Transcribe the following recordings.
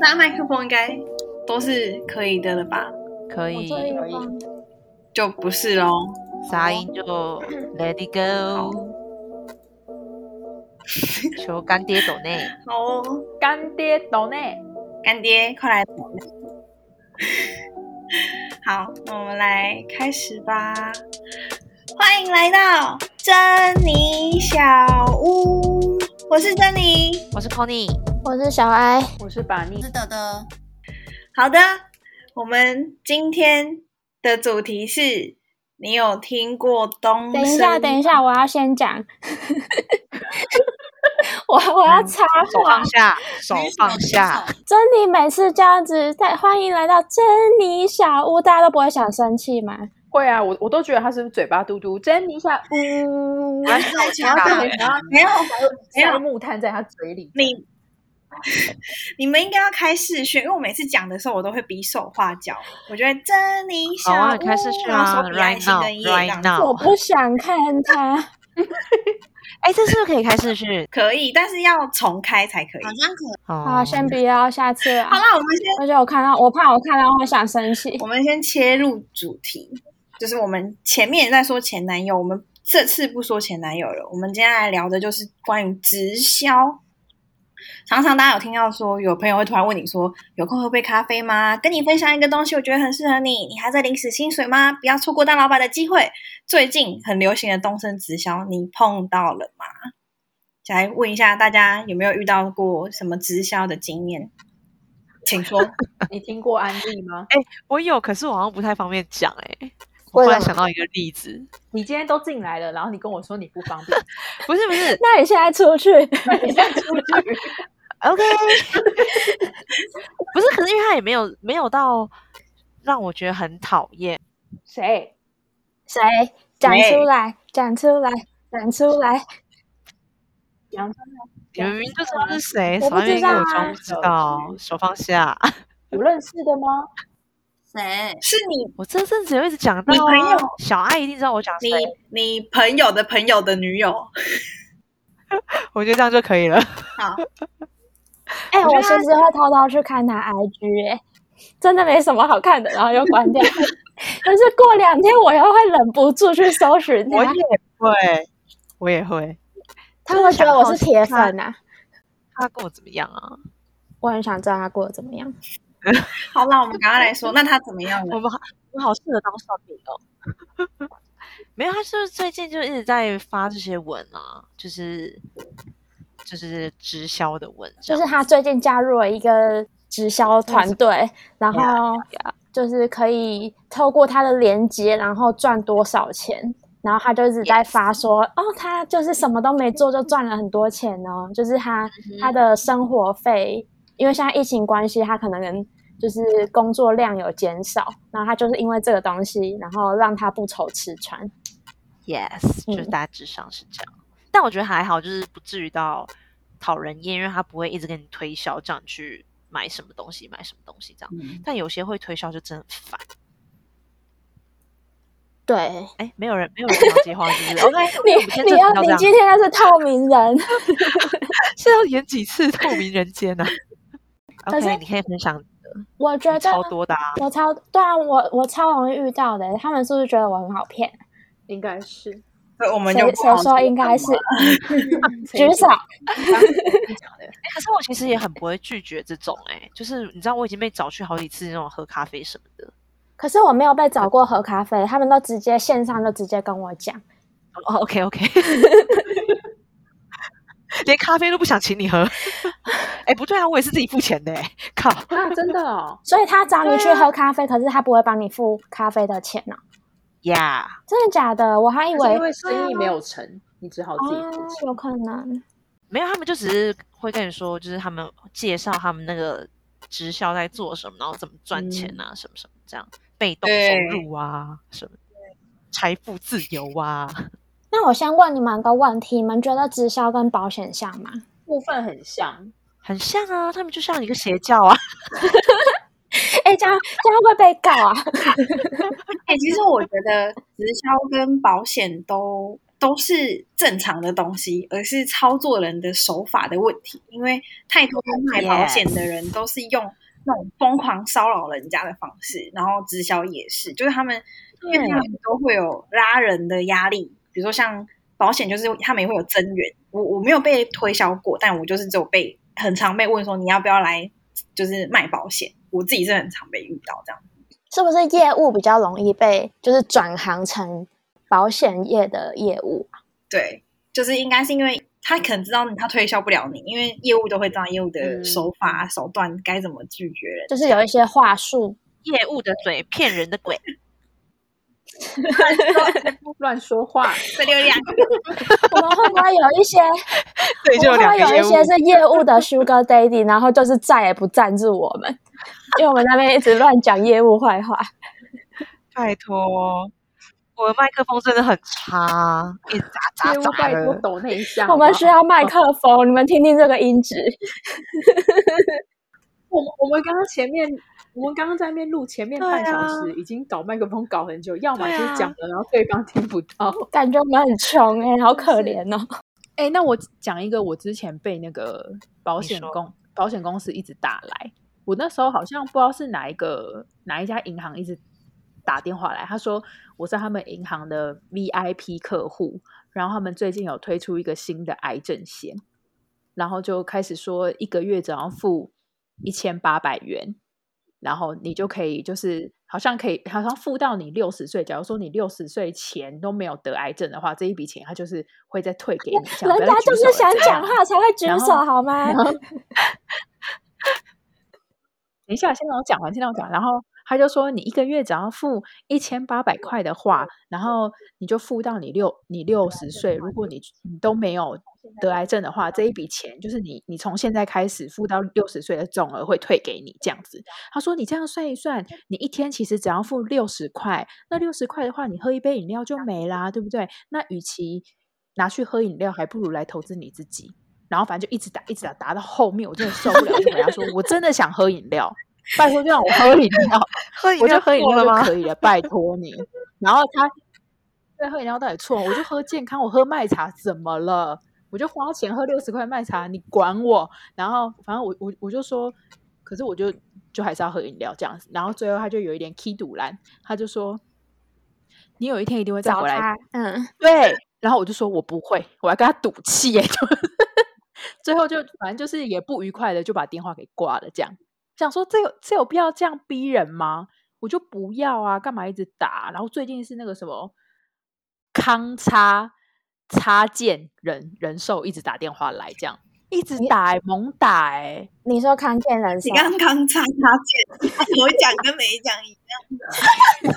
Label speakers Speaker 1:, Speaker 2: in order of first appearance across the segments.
Speaker 1: 拿麦克风应该都是可以的了吧？
Speaker 2: 可以，
Speaker 3: 可以
Speaker 1: 就不是喽。
Speaker 2: 杂音就 Let it go。求干爹抖内，
Speaker 1: 好哦，
Speaker 3: 干爹抖内，
Speaker 1: 干爹，快来！好，那我们来开始吧。欢迎来到珍妮小屋，我是珍妮。
Speaker 2: 我是 Conny，
Speaker 4: 我是小哀，
Speaker 3: 我是把你
Speaker 5: 是的的，
Speaker 1: 好的，我们今天的主题是：你有听过东
Speaker 4: 等一下，
Speaker 1: 升
Speaker 4: 等一下，我要先讲， 我我要插
Speaker 2: 手
Speaker 4: 话
Speaker 2: 放。下，手
Speaker 5: 举手
Speaker 2: 放下，
Speaker 5: 举手
Speaker 4: 珍妮每次这样子，太欢迎来到珍妮小屋，大家都不会想生气吗？
Speaker 3: 会啊，我我都觉得他是不是嘴巴嘟嘟，真一
Speaker 4: 啊
Speaker 3: 下，
Speaker 4: 嗯
Speaker 3: 呜，
Speaker 2: 我要去
Speaker 1: 我
Speaker 2: 打
Speaker 1: 要
Speaker 2: 人
Speaker 3: 然后
Speaker 1: 没有，没有
Speaker 3: 塞木炭在他嘴里，
Speaker 1: 你你们应该要开视讯，因为我每次讲的时候，我都会比手画脚，我觉得珍妮小
Speaker 2: 好啊，
Speaker 1: 屋，
Speaker 2: 开始去
Speaker 1: 然后
Speaker 2: 啊
Speaker 1: 手比爱
Speaker 2: ，right
Speaker 1: 心跟耶这样
Speaker 2: now，right
Speaker 1: 子
Speaker 2: now
Speaker 4: 我。不想看他。
Speaker 2: 哎，这是不是可以开视讯？
Speaker 1: 可以，但是要重开才可以。
Speaker 5: 好像可
Speaker 2: 哦
Speaker 4: 好，先不要，啊下次啊
Speaker 1: 好。啦，我们先
Speaker 4: 而且我看到，我怕我看到会想生气
Speaker 1: 我。们先切入主题，就是我们前面也在说前男友，我们这次不说前男友了，我们接下来聊的就是关于直销。常常大家有听到说，有朋友会突然问你说：“有空喝杯咖啡吗？”跟你分享一个东西，我觉得很适合你。你还在领死薪水吗？不要错过当老板的机会。最近很流行的东升直销，你碰到了吗？来问一下大家有没有遇到过什么直销的经验？请说。
Speaker 3: 你听过安利吗？
Speaker 2: 我有，可是我好像不太方便讲哎。我
Speaker 4: 为
Speaker 2: 忽然
Speaker 4: 什么
Speaker 2: 想到一个例子，
Speaker 3: 你今天都进来了，然后你跟我说你不方便，
Speaker 2: 不是不是
Speaker 4: 那你现在出去，
Speaker 3: 那你再出去，
Speaker 2: ，OK，不是，可是因为他也没有没有到让我觉得很讨厌，
Speaker 3: 谁？
Speaker 4: 谁讲
Speaker 1: 喂
Speaker 4: 出来？讲出来！讲出来！
Speaker 3: 杨
Speaker 2: 你们明明就知道是谁，
Speaker 4: 我
Speaker 2: 少
Speaker 4: 不
Speaker 2: 在那边
Speaker 4: 知
Speaker 2: 给
Speaker 4: 道
Speaker 2: 我
Speaker 4: 啊
Speaker 2: 装不知 道，手放下。
Speaker 3: 有认识的吗？
Speaker 5: 谁？
Speaker 1: 是你
Speaker 2: 我这阵子有一直讲到
Speaker 1: 你朋友
Speaker 2: 啊小爱一定知道我讲谁
Speaker 1: 你，你朋友的朋友的女友，
Speaker 2: 我觉得这样就可以了。
Speaker 1: 好，
Speaker 4: 哎、
Speaker 2: 我觉
Speaker 4: 我
Speaker 2: 得
Speaker 4: 甚至会偷偷去看他 IG，哎、真的没什么好看的，然后又 关掉。但是过两天我又会忍不住去搜寻
Speaker 2: 我
Speaker 4: 他
Speaker 2: 也，会，我也会。
Speaker 4: 他会觉得我是铁粉啊。
Speaker 2: 他跟我怎么样啊？
Speaker 4: 我很想知道他过得怎么样。
Speaker 1: 好，那我们赶快来说，那他怎么样
Speaker 2: 我
Speaker 1: 了？
Speaker 2: 们好，我们好适合当少女哦。 没有，他就是最近就一直在发这些文啊，就是就是直销的文
Speaker 4: 就
Speaker 2: 章，
Speaker 4: 是他最近加入了一个直销团队，然后
Speaker 2: 呀
Speaker 4: 就是可以透过他的连接，然后赚多少钱。然后他就一直在发说哦，他就是什么都没做就赚了很多钱哦，就是他、
Speaker 2: 嗯
Speaker 4: 他的生活费，因为现在疫情关系，他可能就是工作量有减少，然后他就是因为这个东西，然后让他不愁吃穿。
Speaker 2: yes，就是
Speaker 4: 嗯
Speaker 2: 大致上是这样。但我觉得还好，就是不至于到讨人厌，因为他不会一直跟你推销，这样你去买什么东西，买什么东西这样。
Speaker 4: 嗯
Speaker 2: 但有些会推销就真的很烦。
Speaker 4: 对，
Speaker 2: 哎，没有人，没有人讲计划，是不是 ？OK，我们先
Speaker 4: 你你
Speaker 2: 就
Speaker 4: 要
Speaker 2: 到这
Speaker 4: 你
Speaker 2: 样
Speaker 4: 今天要是透 明人，
Speaker 2: 现在要演几次《透明人间》呢
Speaker 4: 可是
Speaker 2: ？OK，你可以分享
Speaker 4: 我觉得
Speaker 2: 超多的、啊，
Speaker 4: 我超对啊，我我超容易遇到的。欸他们是不是觉得我很好骗？
Speaker 3: 应该是，
Speaker 1: 所以我们
Speaker 4: 谁
Speaker 1: 就不好
Speaker 4: 谁说 应该是
Speaker 1: 干嘛
Speaker 4: 举手？
Speaker 3: 讲的，
Speaker 2: 可是我其实也很不会拒绝这种、哎，就是你知道我已经被找去好几次那种喝咖啡什么的，
Speaker 4: 可是我没有被找过喝咖啡，他们都直接线上就直接跟我讲。
Speaker 2: 哦，OK OK，连咖啡都不想请你喝，哎、不对啊，我也是自己付钱的、哎靠，
Speaker 3: 啊，真 的哦，
Speaker 4: 所以他找你去
Speaker 3: 啊
Speaker 4: 喝咖啡，可是他不会帮你付咖啡的钱呢、
Speaker 2: 呀、
Speaker 4: 真的假的？我还以
Speaker 3: 是
Speaker 4: 为
Speaker 3: 因为生意没有成，你只好自己付
Speaker 4: 哦
Speaker 3: 钱。
Speaker 4: 有可能。
Speaker 2: 没有，他们就只是会跟你说，就是他们介绍他们那个直销在做什么，然后怎么赚钱啊，什么什么这样，被动收
Speaker 1: 对
Speaker 2: 入啊，什么财富自由啊，
Speaker 4: 那我先问你们个问题：你们觉得直销跟保险像吗？
Speaker 3: 部分很像，
Speaker 2: 很像啊，他们就像一个邪教啊，
Speaker 4: 哎，这样这样会被告啊？
Speaker 1: 欸哎、其实我觉得直销跟保险都都是正常的东西，而是操作人的手法的问题。因为太多卖保险的人都是用那种疯狂骚扰人家的方式，然后直销也是，就是他们因为他们都会有拉人的压力，比如说像保险，就是他们也会有增援。我我没有被推销过，但我就是只有被很常被问说你要不要来，就是卖保险。我自己是很常被遇到这样。
Speaker 4: 是不是业务比较容易被就是转行成保险业的业务啊？
Speaker 1: 对，就是应该是因为他可能知道你他推销不了你，因为业务都会知道业务的手法、啊手段该怎么拒绝人。
Speaker 4: 就是有一些话术，
Speaker 2: 业务的嘴骗人的鬼，
Speaker 3: 乱说话，
Speaker 1: 这六啊两，
Speaker 4: 我们会不会有 一些，
Speaker 2: 对，就
Speaker 4: 我
Speaker 2: 有
Speaker 4: 们
Speaker 2: 两
Speaker 4: 会有
Speaker 2: 个业
Speaker 4: 一
Speaker 2: 务，
Speaker 4: 些是业务的 Sugar Daddy，然后就是再也不赞助我们，因为我们那边一直乱讲业务坏话。
Speaker 2: 拜托。我的麦克风真的很差，啊一直砸砸
Speaker 3: 业务
Speaker 2: 砸
Speaker 3: 拜托
Speaker 2: 的。
Speaker 3: 抖啊那一下。
Speaker 4: 我
Speaker 3: 好不好
Speaker 4: 们需要麦克风，你们听听这个音质。
Speaker 3: 我们我们刚刚前面，我们刚刚在那边录前面
Speaker 2: 对
Speaker 3: 半小
Speaker 2: 啊
Speaker 3: 时，已经搞麦克风搞很久，要么
Speaker 2: 对
Speaker 3: 就
Speaker 2: 啊
Speaker 3: 是讲了，然后对方听不到。
Speaker 4: 感觉我们很穷哎、好可怜哦。
Speaker 3: 哎，那我讲一个我之前被那个保险
Speaker 2: 说
Speaker 3: 公保险公司一直打来，我那时候好像不知道是哪一个哪一家银行一直打电话来，他说我是他们银行的 VIP 客户，然后他们最近有推出一个新的癌症险，然后就开始说一个月只要付一千八百元，然后你就可以就是好像可以好像付到你六十岁，假如说你六十岁前都没有得癌症的话，这一笔钱他就是会再退给你。这样
Speaker 4: 人家就是想讲，
Speaker 3: 不要再
Speaker 4: 话
Speaker 3: 举手了这样
Speaker 4: 才会举
Speaker 3: 然
Speaker 4: 手
Speaker 3: 后
Speaker 4: 好吗？
Speaker 3: 然后等一下，先让我讲完，先让我讲完。然后他就说，你一个月只要付一千八百块的话，然后你就付到你六你六十岁，如果你你都没有得癌症的话，这一笔钱就是你你从现在开始付到六十岁的总额会退给你这样子。他说你这样算一算，你一天其实只要付六十块，那六十块的话，你喝一杯饮料就没啦，对不对？那与其拿去喝饮料，还不如来投资你自己。然后反正就一直打，一直打，打到后面我真的受不了，我就回答说：“我真的想喝饮料，拜托就让我喝饮 料，
Speaker 2: 喝饮
Speaker 3: 我就
Speaker 2: 料
Speaker 3: 喝饮
Speaker 2: 过了
Speaker 3: 料就
Speaker 2: 吗？
Speaker 3: 可以了，拜托你。”然后他 对喝饮料到底错？我就喝健康，我喝麦茶怎么了？我就花钱喝六十块麦茶，你管我？然后反正我我我就说，可是我就就还是要喝饮料这样子。然后最后他就有一点 key 堵拦，他就说：“你有一天一定会再
Speaker 4: 找
Speaker 3: 回来
Speaker 4: 他，嗯，
Speaker 3: 对，然后我就说我不会，我要跟他赌气耶，就最后就反正就是也不愉快的就把电话给挂了，这样想说这有这有必要这样逼人吗？我就不要啊，干嘛一直打？然后最近是那个什么康差插件人人寿一直打电话来，这样一直
Speaker 4: 你
Speaker 3: 打、欸、猛打哎、
Speaker 4: 你说康健人寿
Speaker 1: 你，刚刚插插件，有讲跟没讲一样，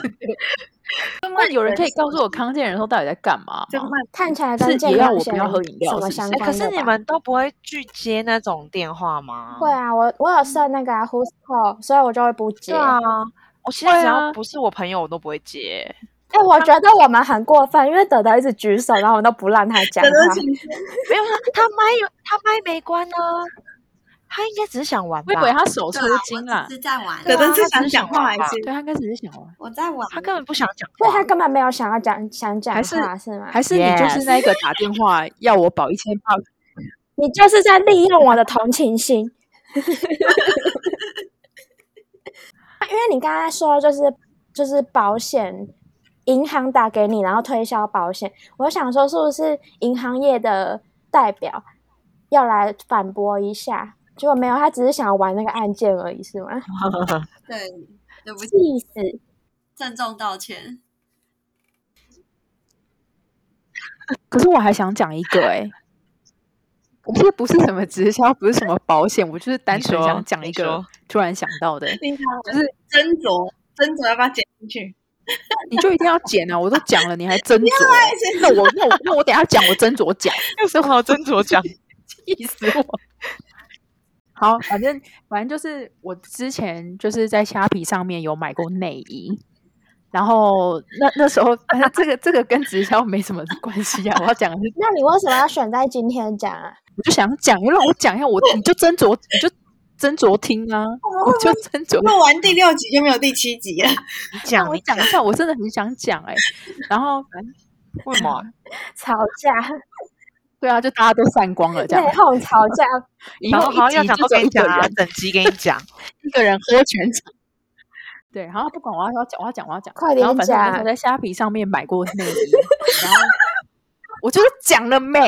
Speaker 3: 那有人可以告诉我康健人寿到底在干嘛
Speaker 1: 就
Speaker 3: 吗？
Speaker 1: 慢
Speaker 4: 看起来跟
Speaker 3: 是
Speaker 4: 健
Speaker 3: 也要
Speaker 4: 康
Speaker 3: 我
Speaker 4: 险
Speaker 3: 不要喝饮料
Speaker 4: 什么
Speaker 3: 是不是
Speaker 4: 相
Speaker 2: 哎、可
Speaker 4: 关的
Speaker 2: 是你
Speaker 4: 吧
Speaker 2: 们都不会去接那种电话吗？
Speaker 4: 会啊，我我有设那个啊 Who's Call，所以我就会不接。
Speaker 2: 对啊，我现在
Speaker 3: 会
Speaker 2: 只
Speaker 3: 啊
Speaker 2: 要不是我朋友，我都不会接。
Speaker 4: 哎、我觉得我们很过分，因为德德一直举手，然后我们都不让他讲话
Speaker 1: 真。的是
Speaker 2: 没有啊他，他麦有他麦没关呢、啊他应该只是想玩
Speaker 3: 我
Speaker 2: 吧
Speaker 3: 以？为他手抽
Speaker 5: 对啊
Speaker 3: 筋
Speaker 5: 我
Speaker 3: 啦
Speaker 5: 只，是在玩，
Speaker 1: 可能是
Speaker 2: 他
Speaker 1: 想
Speaker 2: 只是
Speaker 1: 讲
Speaker 2: 想
Speaker 1: 话还
Speaker 2: 玩吧
Speaker 1: 是
Speaker 3: 对他应该只是想玩。
Speaker 5: 我在玩，
Speaker 2: 他根本不想讲
Speaker 4: 所以
Speaker 2: 话
Speaker 4: 他。根本没有想要讲想讲
Speaker 3: 还是
Speaker 4: 话是吗？
Speaker 3: 还是你就是
Speaker 2: Yes
Speaker 3: 那个打电话要我保一千八，
Speaker 4: 你就是在利用我的同情心。 因为你刚才说就是就是保险银行打给你，然后推销保险，我想说是不是银行业的代表要来反驳一下？结果没有，他只是想玩那个案件而已，是吗？
Speaker 5: 对，对不起，
Speaker 4: 啊气死！
Speaker 5: 郑重道歉。
Speaker 3: 可是我还想讲一个哎、我这不是什么直销，不是什么保险，我就是单
Speaker 2: 你
Speaker 3: 纯
Speaker 2: 说
Speaker 3: 想讲
Speaker 2: 你
Speaker 3: 一个
Speaker 2: 说
Speaker 3: 突然想到的欸、
Speaker 1: 经常
Speaker 3: 就是
Speaker 1: 斟酌斟酌要不要剪进去，
Speaker 3: 你就一定要剪啊！我都讲了，你还斟酌？那我那我那我等一下讲，我斟酌讲，
Speaker 2: 有什么好斟酌 讲？
Speaker 3: 气死我！好，反正反正就是我之前就是在虾皮上面有买过内衣，然后那那时候，但是这个这个跟直销没什么关系啊。我要讲的是
Speaker 4: 那你为什么要选在今天讲啊？
Speaker 3: 我就想讲，就让我讲一下，我你就斟酌，你就斟酌听啊，我就斟酌。
Speaker 1: 录完第六集就没有第七集了。
Speaker 2: 你讲
Speaker 3: 我
Speaker 2: 你
Speaker 3: 讲一下，我真的很想讲哎、然后反正
Speaker 2: 为什么？
Speaker 4: 吵架，
Speaker 3: 对啊，就大家都散光了这样
Speaker 4: 内。讧吵架，
Speaker 3: 以
Speaker 2: 然
Speaker 3: 后
Speaker 2: 后好
Speaker 3: 一
Speaker 2: 像要
Speaker 3: 集就
Speaker 2: 讲都
Speaker 3: 只有
Speaker 2: 跟你讲啊，
Speaker 3: 一个人，
Speaker 2: 整集给你 讲。
Speaker 3: 一个人喝全场。对，然后不管我要我要讲，我要讲，我要讲，
Speaker 4: 快
Speaker 3: 然后
Speaker 4: 点
Speaker 3: 反正我那时
Speaker 4: 讲
Speaker 3: 候在虾皮上面买过内衣，然后我就是讲了没，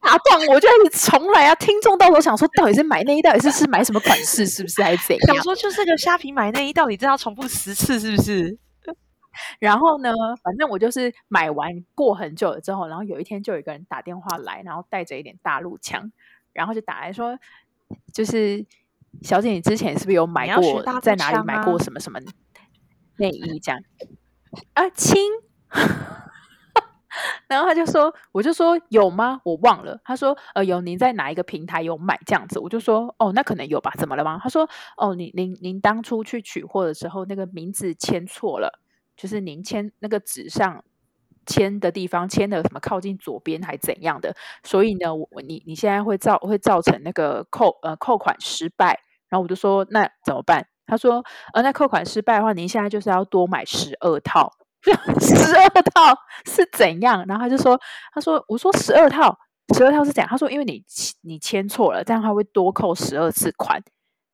Speaker 3: 打断我就一直重来啊！听众到时候想说，到底是买内衣，到底是是买什么款式，是不是还是怎
Speaker 2: 想
Speaker 3: 样？
Speaker 2: 说就是个虾皮买内衣，到底真的要重复十次是不是？
Speaker 3: 然后呢，反正我就是买完过很久了之后，然后有一天就有一个人打电话来，然后带着一点大陆腔，然后就打来说，就是小姐，你之前是不是有买
Speaker 2: 要学
Speaker 3: 过
Speaker 2: 大陆
Speaker 3: 在哪里
Speaker 2: 腔
Speaker 3: 买
Speaker 2: 啊
Speaker 3: 过什么什么内衣这样？啊，亲。然后他就说，我就说有吗？我忘了。他说，呃，有，您在哪一个平台有买这样子？我就说，哦，那可能有吧。怎么了吗？他说，哦，您您您当初去取货的时候，那个名字签错了，就是您签那个纸上签的地方签的什么靠近左边还怎样的，所以呢，我你你现在会造会造成那个扣呃扣款失败。然后我就说那怎么办？他说呃那扣款失败的话，您现在就是要多买十二套。 十二套是怎样？然后他就说，他说，我说十二套，十二套是怎样？他说，因为你签你签错了，这样他会多扣十二次款，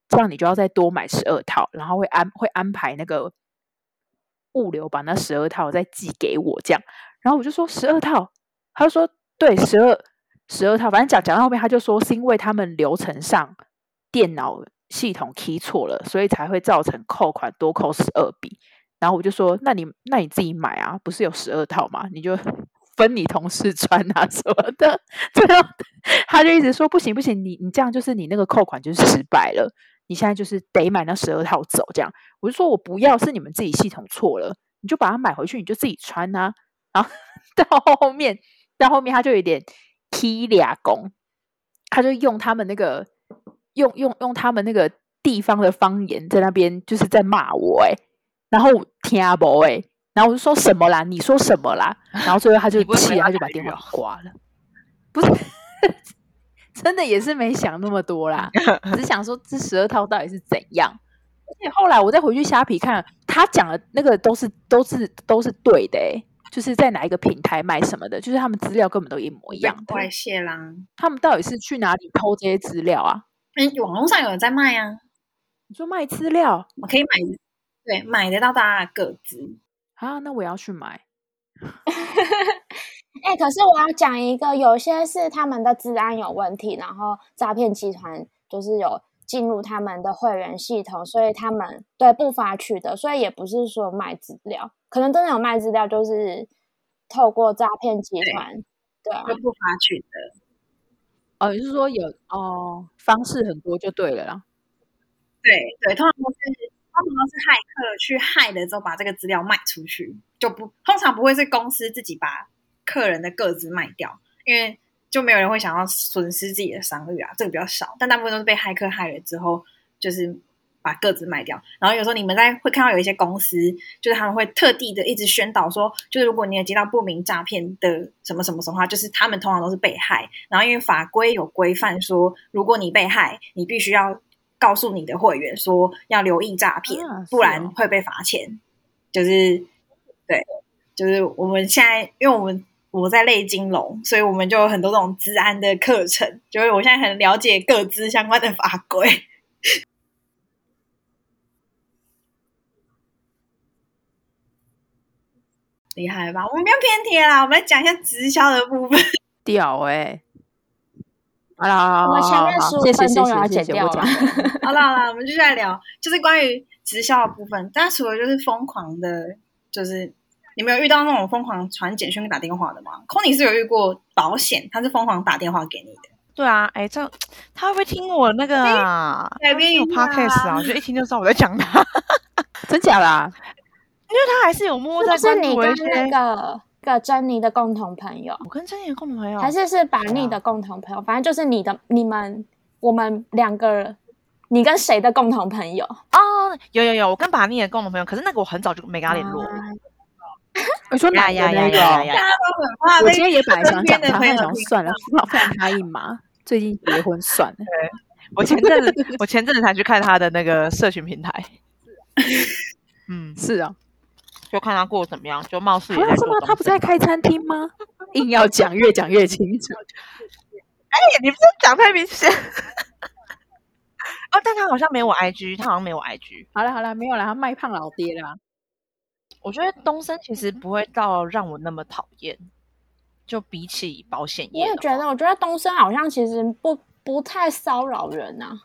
Speaker 3: 这样你就要再多买十二套，然后会安会安排那个物流把那十二套再寄给我这样。然后我就说十二套，他就说对十二十二套，反正讲讲到后面他就说是因为他们流程上电脑系统 key 错了，所以才会造成扣款多扣十二笔。然后我就说，那你那你自己买啊，不是有十二套吗？你就分你同事穿啊什么的。 最后他就一直说不行不行，你你这样就是你那个扣款就是失败了，你现在就是得买那十二套走这样。我就说我不要，是你们自己系统错了，你就把它买回去，你就自己穿啊。然后 到后面，到后面他就有点踢俩工，他就用他们那个用用用他们那个地方的方言在那边就是在骂我哎、然后我听阿伯哎，然后我就说什么啦？你说什么啦？然后最后他就
Speaker 2: 你不会
Speaker 3: 气
Speaker 2: 回
Speaker 3: 了，
Speaker 2: 他
Speaker 3: 他就把
Speaker 2: 台
Speaker 3: 电
Speaker 2: 语
Speaker 3: 话
Speaker 2: 哦
Speaker 3: 挂了。不是， 真的也是没想那么多啦，只想说这十二套到底是怎样。而且后来我再回去虾皮看，他讲的那个都是都是都是对的、欸，就是在哪一个平台买什么的，就是他们资料根本都一模一 样的。
Speaker 1: 怪蟹郎。
Speaker 3: 他们到底是去哪里偷这些资料啊？
Speaker 1: 嗯，网络上有人在卖啊，
Speaker 3: 你说卖资料
Speaker 1: 我可以买，对，买得到大家的各自。
Speaker 3: 啊？那我也要去买。
Speaker 4: 哎、可是我要讲一个，有些是他们的治安有问题，然后诈骗集团就是有进入他们的会员系统，所以他们对不法取得，所以也不是说卖资料，可能真的有卖资料，就是透过诈骗集
Speaker 1: 对
Speaker 4: 团，对啊，
Speaker 1: 就不发取的，
Speaker 3: 哦，你是说有哦，方式很多就对了啦。
Speaker 1: 对对，通常都是通常都是骇客去害了之后把这个资料卖出去，就不通常不会是公司自己把客人的个资卖掉，因为就没有人会想要损失自己的商誉啊，这个比较少，但大部分都是被骇客害了之后，就是把个资卖掉。然后有时候你们在会看到有一些公司，就是他们会特地的一直宣导说，就是如果你有接到不明诈骗的什么什么什么话，就是他们通常都是被害。然后因为法规有规范说，如果你被害，你必须要告诉你的会员说要留意诈骗，
Speaker 3: 啊
Speaker 1: 不
Speaker 3: 是
Speaker 1: 然
Speaker 3: 哦
Speaker 1: 会被罚钱。就是对，就是我们现在，因为我们我在类金融，所以我们就有很多这种治安的课程，就是我现在很了解各资相关的法规。 厉害吧？我们不要偏题啦，我们来讲一下直销的部分。
Speaker 3: 屌哎、欸！好啦好啦，
Speaker 4: 我们前
Speaker 3: 好啦
Speaker 4: 面
Speaker 3: 好啦
Speaker 4: 15
Speaker 3: 谢谢
Speaker 4: 分
Speaker 3: 谢
Speaker 4: 钟有要
Speaker 3: 谢谢
Speaker 4: 剪
Speaker 3: 谢，
Speaker 4: 掉
Speaker 3: 我
Speaker 4: 了
Speaker 3: 讲完了。
Speaker 1: 好啦好啦，我们继续来聊，就是关于直销的部分。但除了就是疯狂的，就是你们有遇到那种疯狂传简讯跟打电话的吗？空你是有遇过保险，他是疯狂打电话给你的。
Speaker 2: 对啊，哎，这样他会不会听我那个啊？
Speaker 1: 改
Speaker 2: 他会
Speaker 1: 变
Speaker 2: 听我
Speaker 1: 一下
Speaker 2: podcast 啊，我就一听就知道我在讲他，因
Speaker 3: 真假啦？
Speaker 2: 为他还是有默默在
Speaker 4: 是不是
Speaker 2: 关
Speaker 4: 你
Speaker 2: 注我一
Speaker 4: 跟
Speaker 2: 些。
Speaker 4: 那个那个珍妮的共同朋友，
Speaker 2: 我跟真言共同朋友
Speaker 4: 还是是把
Speaker 2: 啊
Speaker 4: 你的共同朋友，反正就是你的你们我们两个人，你跟谁的共同朋友？
Speaker 2: 哦，有有有，我跟把你的共同朋友，可是那个我很早就没跟他联络
Speaker 4: 啊
Speaker 2: 了。
Speaker 3: 你说哪
Speaker 2: 呀
Speaker 3: 个
Speaker 2: 呀
Speaker 3: 那
Speaker 2: 呀
Speaker 3: 个
Speaker 2: 呀
Speaker 3: 哦
Speaker 1: 大
Speaker 2: 呀！
Speaker 1: 家都很怕
Speaker 3: 我
Speaker 1: 被
Speaker 3: 今天也本来想讲
Speaker 1: 身边的
Speaker 3: 他，后
Speaker 1: 朋
Speaker 3: 来
Speaker 1: 友
Speaker 3: 想
Speaker 1: 听
Speaker 3: 算了，放放他一马。最近结婚算了，
Speaker 2: 我前阵子我 前阵子才去看他的那个社群平台。嗯，
Speaker 3: 是啊，
Speaker 2: 就看他过得怎么样，就貌
Speaker 4: 啊
Speaker 2: 似也
Speaker 3: 好
Speaker 2: 在
Speaker 3: 像是
Speaker 2: 做
Speaker 3: 吗？
Speaker 2: 东
Speaker 3: 他不
Speaker 2: 西
Speaker 3: 是在开餐厅吗？硬要讲，越讲越清楚。
Speaker 2: 哎你不是讲太明显。哦，但他好像没我 IG，他好像没我 IG。
Speaker 3: 好了好了，没有了，他卖胖老爹了。
Speaker 2: 我觉得东森其实不会到让我那么讨厌，就比起保险
Speaker 4: 我
Speaker 2: 业
Speaker 4: 也
Speaker 2: 的
Speaker 4: 觉得，我觉得东升好像其实不不太骚扰人啊。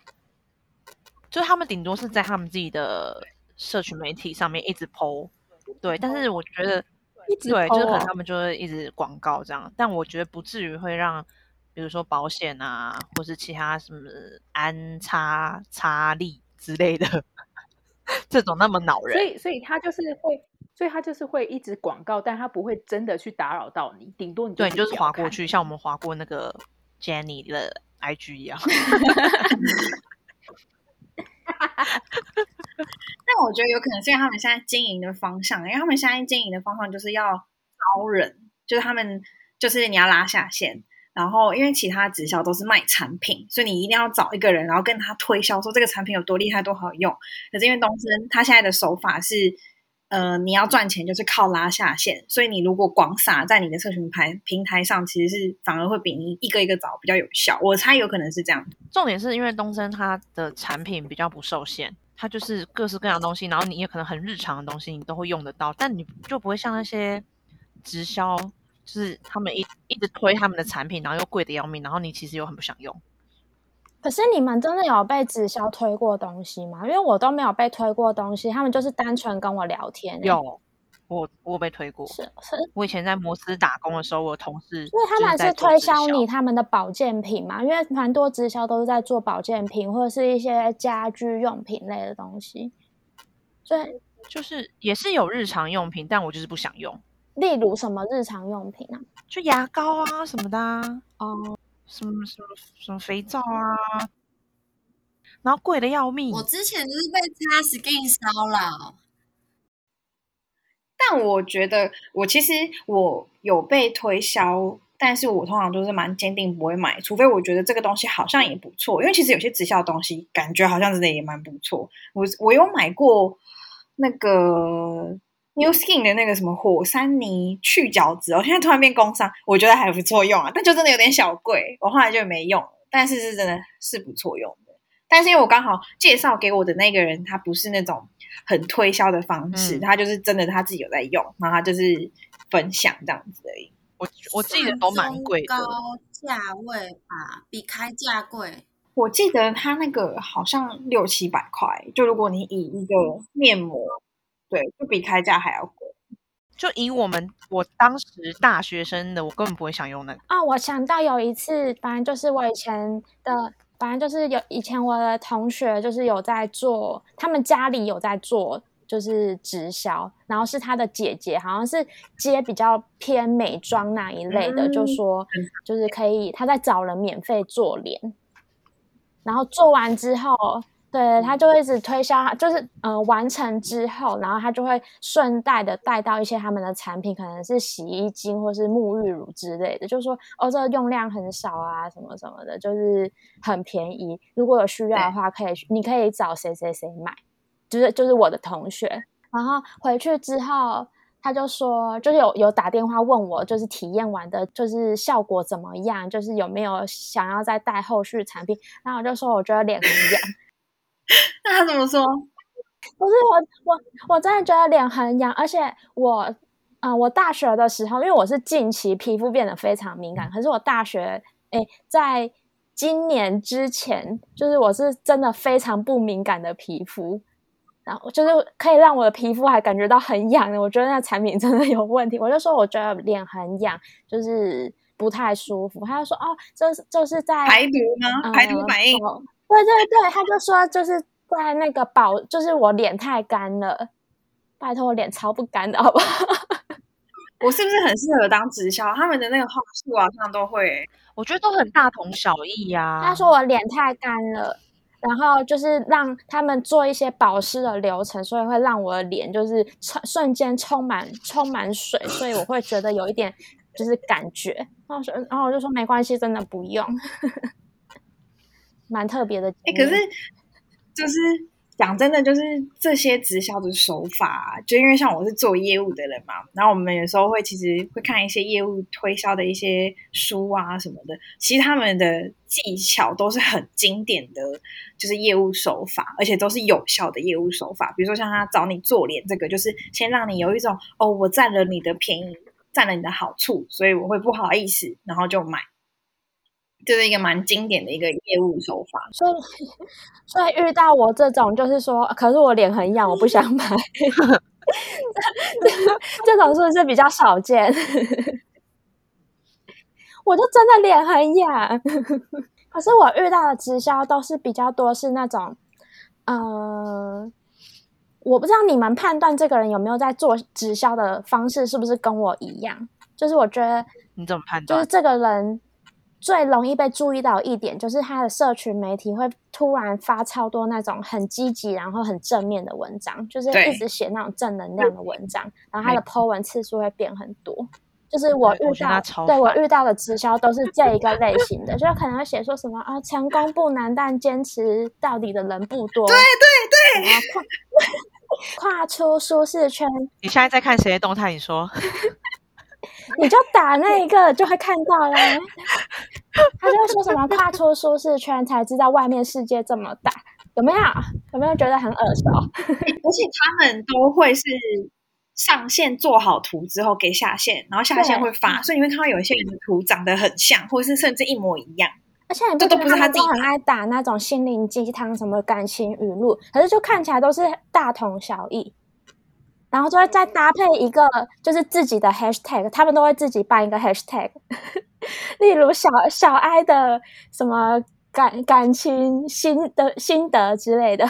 Speaker 2: 就是他们顶多是在他们自己的社群媒体上面一直 PO，对，但是我觉得
Speaker 4: 一直
Speaker 2: 对，就是可
Speaker 4: po
Speaker 2: 能
Speaker 4: 哦
Speaker 2: 他们就会一直广告这样，但我觉得不至于会让，比如说保险啊，或是其他什么安插插利之类的这种那么恼
Speaker 3: 所
Speaker 2: 人。
Speaker 3: 以，所以他就是会，所以他就是会一直广告，但他不会真的去打扰到你，顶多你
Speaker 2: 对，你就是
Speaker 3: 不要
Speaker 2: 划过
Speaker 3: 看。
Speaker 2: 去，像我们划过那个 Jenny 的 IG 一样。
Speaker 1: 但我觉得有可能是因为他们现在经营的方向，因为他们现在经营的方向就是要招人，就是他们就是你要拉下线，然后因为其他直销都是卖产品，所以你一定要找一个人，然后跟他推销说这个产品有多厉害、多好用。可是因为东森他现在的手法是，呃，你要赚钱就是靠拉下线，所以你如果广撒在你的社群牌平台上，其实是反而会比你一个一个找比较有效。我猜有可能是这样。
Speaker 2: 重点是因为东森它的产品比较不受限，它就是各式各样的东西，然后你也可能很日常的东西你都会用得到，但你就不会像那些直销，就是他们一一直推他们的产品，然后又贵的要命，然后你其实又很不想用。
Speaker 4: 可是你们真的有被直销推过东西吗？因为我都没有被推过东西，他们就是单纯跟我聊天、欸。
Speaker 2: 有，我我有被推过。
Speaker 4: 是是，
Speaker 2: 我以前在摩斯打工的时候，我有同事
Speaker 4: 因为他
Speaker 2: 就
Speaker 4: 们
Speaker 2: 是在
Speaker 4: 是
Speaker 2: 做
Speaker 4: 推
Speaker 2: 直销
Speaker 4: 销你他们的保健品嘛，因为蛮多直销都是在做保健品或者是一些家居用品类的东西。所以，
Speaker 2: 就是也是有日常用品，但我就是不想用，
Speaker 4: 例如什么日常用品啊，
Speaker 2: 就牙膏啊什么的、啊，
Speaker 4: 哦，
Speaker 2: 什么什么什么肥皂啊，然后贵的要命。
Speaker 5: 我之前就是被擦 skin 骚扰，
Speaker 1: 但我觉得，我其实我有被推销，但是我通常都是蛮坚定不会买，除非我觉得这个东西好像也不错。因为其实有些直销的东西，感觉好像真的也蛮不错。我我有买过那个 New Skin 的那个什么火山泥去角质哦，现在突然变工商，我觉得还不错用啊，但就真的有点小贵，我后来就没用了。但是是真的是不错用的，但是因为我刚好介绍给我的那个人，他不是那种很推销的方式，
Speaker 2: 嗯
Speaker 1: 他就是真的他自己有在用，然后他就是分享这样子而已。
Speaker 2: 我我记得都蛮贵的
Speaker 5: 算，中高价位吧，比开价贵。
Speaker 1: 我记得他那个好像六七百块，就如果你以一个面膜，对，就比开价还要贵。
Speaker 2: 就以我们我当时大学生的，我根本不会想用那个。
Speaker 4: 哦，我想到有一次，反正就是我以前的，反正就是有以前我的同学就是有在做，他们家里有在做。就是直销，然后是他的姐姐，好像是接比较偏美妆那一类的，就
Speaker 1: 嗯
Speaker 4: 说就是可以，他在找人免费做脸，然后做完之后，对他就会一直推销，就是呃完成之后，然后他就会顺带的带到一些他们的产品，可能是洗衣精或是沐浴乳之类的，就说哦这个用量很少啊，什么什么的，就是很便宜。如果有需要的话，可以你可以找谁谁谁买，就是就是我的同学。然后回去之后，他就说，就是有有打电话问我，就是体验完的，就是效果怎么样，就是有没有想要再带后续产品。然后我就说，我觉得脸很痒，
Speaker 1: 那他怎么说？
Speaker 4: 不是我我我真的觉得脸很痒，而且我。嗯、我大学的时候，因为我是近期皮肤变得非常敏感，可是我大学，诶，在今年之前，就是我是真的非常不敏感的皮肤，然后就是可以让我的皮肤还感觉到很痒的，我觉得那产品真的有问题。我就说我觉得脸很痒，就是不太舒服。他就说哦，这是就是在
Speaker 1: 排毒吗？排毒
Speaker 4: 嗯
Speaker 1: 反应
Speaker 4: 什。么对对对，他就说就是在那个保，就是我脸太干了，拜托我脸超不干的好不好？
Speaker 1: 我是不是很适合当直销？他们的那个话术好像都会、
Speaker 2: 我觉得都很大同小异呀、
Speaker 1: 啊
Speaker 4: 他说我脸太干了，然后就是让他们做一些保湿的流程，所以会让我的脸就是充瞬间充满充满水，所以我会觉得有一点就是感觉。然后我说，然后我就说没关系，真的不 用，蛮特别的经
Speaker 1: 哎、
Speaker 4: 验。
Speaker 1: 可是就是讲真的，就是这些直销的手法，啊就因为像我是做业务的人嘛，然后我们有时候会其实会看一些业务推销的一些书啊什么的，其实他们的技巧都是很经典的，就是业务手法，而且都是有效的业务手法。比如说像他找你做脸这个，就是先让你有一种哦，我占了你的便宜，占了你的好处，所以我会不好意思，然后就买。这是一个蛮经典的一个业务手法，
Speaker 4: 所以所以遇到我这种就是说，可是我脸很痒，我不想买， 这种是不是比较少见？ 我就真的脸很痒，可是我遇到的直销都是比较多是那种，呃，我不知道你们判断这个人有没有在做直销的方式是不是跟我一样，就是我觉得
Speaker 2: 你怎么判
Speaker 4: 就是
Speaker 2: 断？
Speaker 4: 这个人最容易被注意到一点，就是他的社群媒体会突然发超多那种很积极，然后很正面的文章，就是
Speaker 1: 对
Speaker 4: 一直写那种正能量的文章，然后他的
Speaker 2: 没
Speaker 4: po 文次数会变很多。就是我
Speaker 2: 对我
Speaker 4: 遇
Speaker 2: 觉得他
Speaker 4: 到，
Speaker 2: 超
Speaker 4: 对我
Speaker 2: 烦
Speaker 4: 遇到的直销都是这一个类型的， 就是可能会写说什么啊，成功不难，但坚持到底的人不多。对对对，然后跨跨 出舒适圈，
Speaker 2: 你现在在看谁的动态？你说
Speaker 4: 你就打那一个就会看到啦。他就会说什么跨出舒适圈才知道外面世界这么大，有没有？有没有觉得很耳熟？
Speaker 1: 而且他们都会是上线做好图之后给下线，然后下线
Speaker 4: 对
Speaker 1: 会
Speaker 2: 嗯
Speaker 1: 发，所以你会看到有一些人的图长得很像，或者是甚至一模一样。
Speaker 4: 而且你
Speaker 1: 这
Speaker 4: 不
Speaker 1: 都
Speaker 4: 觉
Speaker 1: 不
Speaker 4: 得
Speaker 1: 是
Speaker 4: 他
Speaker 1: 他
Speaker 4: 们
Speaker 1: 自
Speaker 4: 都
Speaker 1: 己
Speaker 4: 很爱打那种心灵鸡汤、什么感情语录，可是就看起来都是大同小异。然后就会再搭配一个，就是自己的 hashtag，他们都会自己办一个 hashtag，例如小小爱的什么感感情心得心得之类的，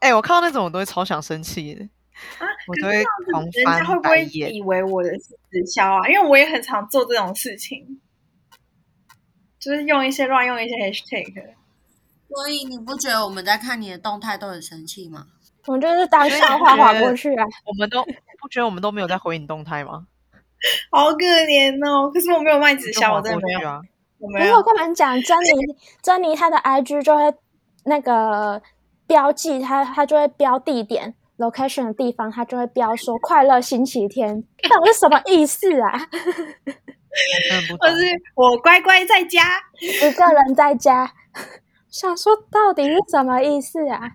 Speaker 2: 哎、我看到那种我都会超想生气的，我
Speaker 1: 啊可
Speaker 2: 都
Speaker 1: 是
Speaker 2: 会
Speaker 1: 这样
Speaker 2: 狂
Speaker 1: 子人家会
Speaker 2: 翻
Speaker 1: 不
Speaker 2: 白
Speaker 1: 会
Speaker 2: 眼。
Speaker 1: 以为我的是直销啊？因为我也很常做这种事情，就是用一些乱用一些 hashtag。
Speaker 5: 所以你不觉得我们在看你的动态都很生气吗？
Speaker 4: 我们就是当
Speaker 2: 所以
Speaker 4: 笑
Speaker 2: 你
Speaker 4: 话
Speaker 2: 觉
Speaker 4: 划
Speaker 2: 得
Speaker 4: 过去啊。
Speaker 2: 我们都不觉得我们都没有在回你动态吗？
Speaker 1: 好可怜哦！可是我没有卖直
Speaker 2: 就
Speaker 1: 销，我
Speaker 2: 划
Speaker 1: 真的
Speaker 2: 过
Speaker 1: 没
Speaker 2: 去
Speaker 1: 有，
Speaker 2: 啊。
Speaker 1: 我
Speaker 4: 可
Speaker 1: 没
Speaker 4: 是我
Speaker 1: 有。
Speaker 4: 跟你们讲，珍妮，珍妮她的 IG 就会那个标记，她她就会标地点 location 的地方，她就会标说快乐星 期天，到底是什么意思啊？
Speaker 2: 我真的不
Speaker 1: 或
Speaker 2: 懂
Speaker 1: 是我乖乖在家，
Speaker 4: 一个人在家， 想说到底是什么意思啊？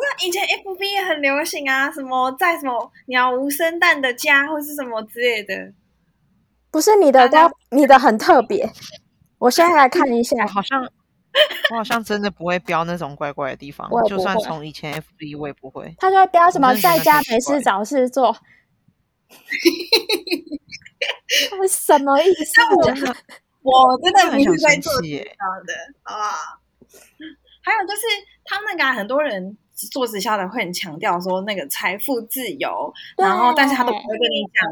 Speaker 1: 那以前 FB 也很流行啊，什么在什么鸟无生蛋的家，或是什么之类的。
Speaker 4: 不是你的都要，你的很特别。我现在来看一下，
Speaker 2: 我好像 我好像真的不会标那种怪怪的地方
Speaker 4: 我，也
Speaker 2: 就
Speaker 4: 不
Speaker 2: 算
Speaker 4: 会
Speaker 2: 从以前 FB 我也不会。
Speaker 4: 她就会标什么
Speaker 2: 我真的觉得
Speaker 4: 在家
Speaker 2: 很奇
Speaker 4: 没事
Speaker 2: 怪
Speaker 4: 找 事做，到底什么意思
Speaker 1: 但我
Speaker 4: 啊？
Speaker 1: 我真的
Speaker 2: 真
Speaker 1: 不
Speaker 2: 的很想
Speaker 1: 是在
Speaker 2: 生
Speaker 1: 做
Speaker 2: 气欸耶！
Speaker 1: 好的，好不好？还有就是，他们感很多人做直销的会很强调说那个财富自由，
Speaker 4: 对
Speaker 2: 啊
Speaker 1: 然后但是他都不会跟你讲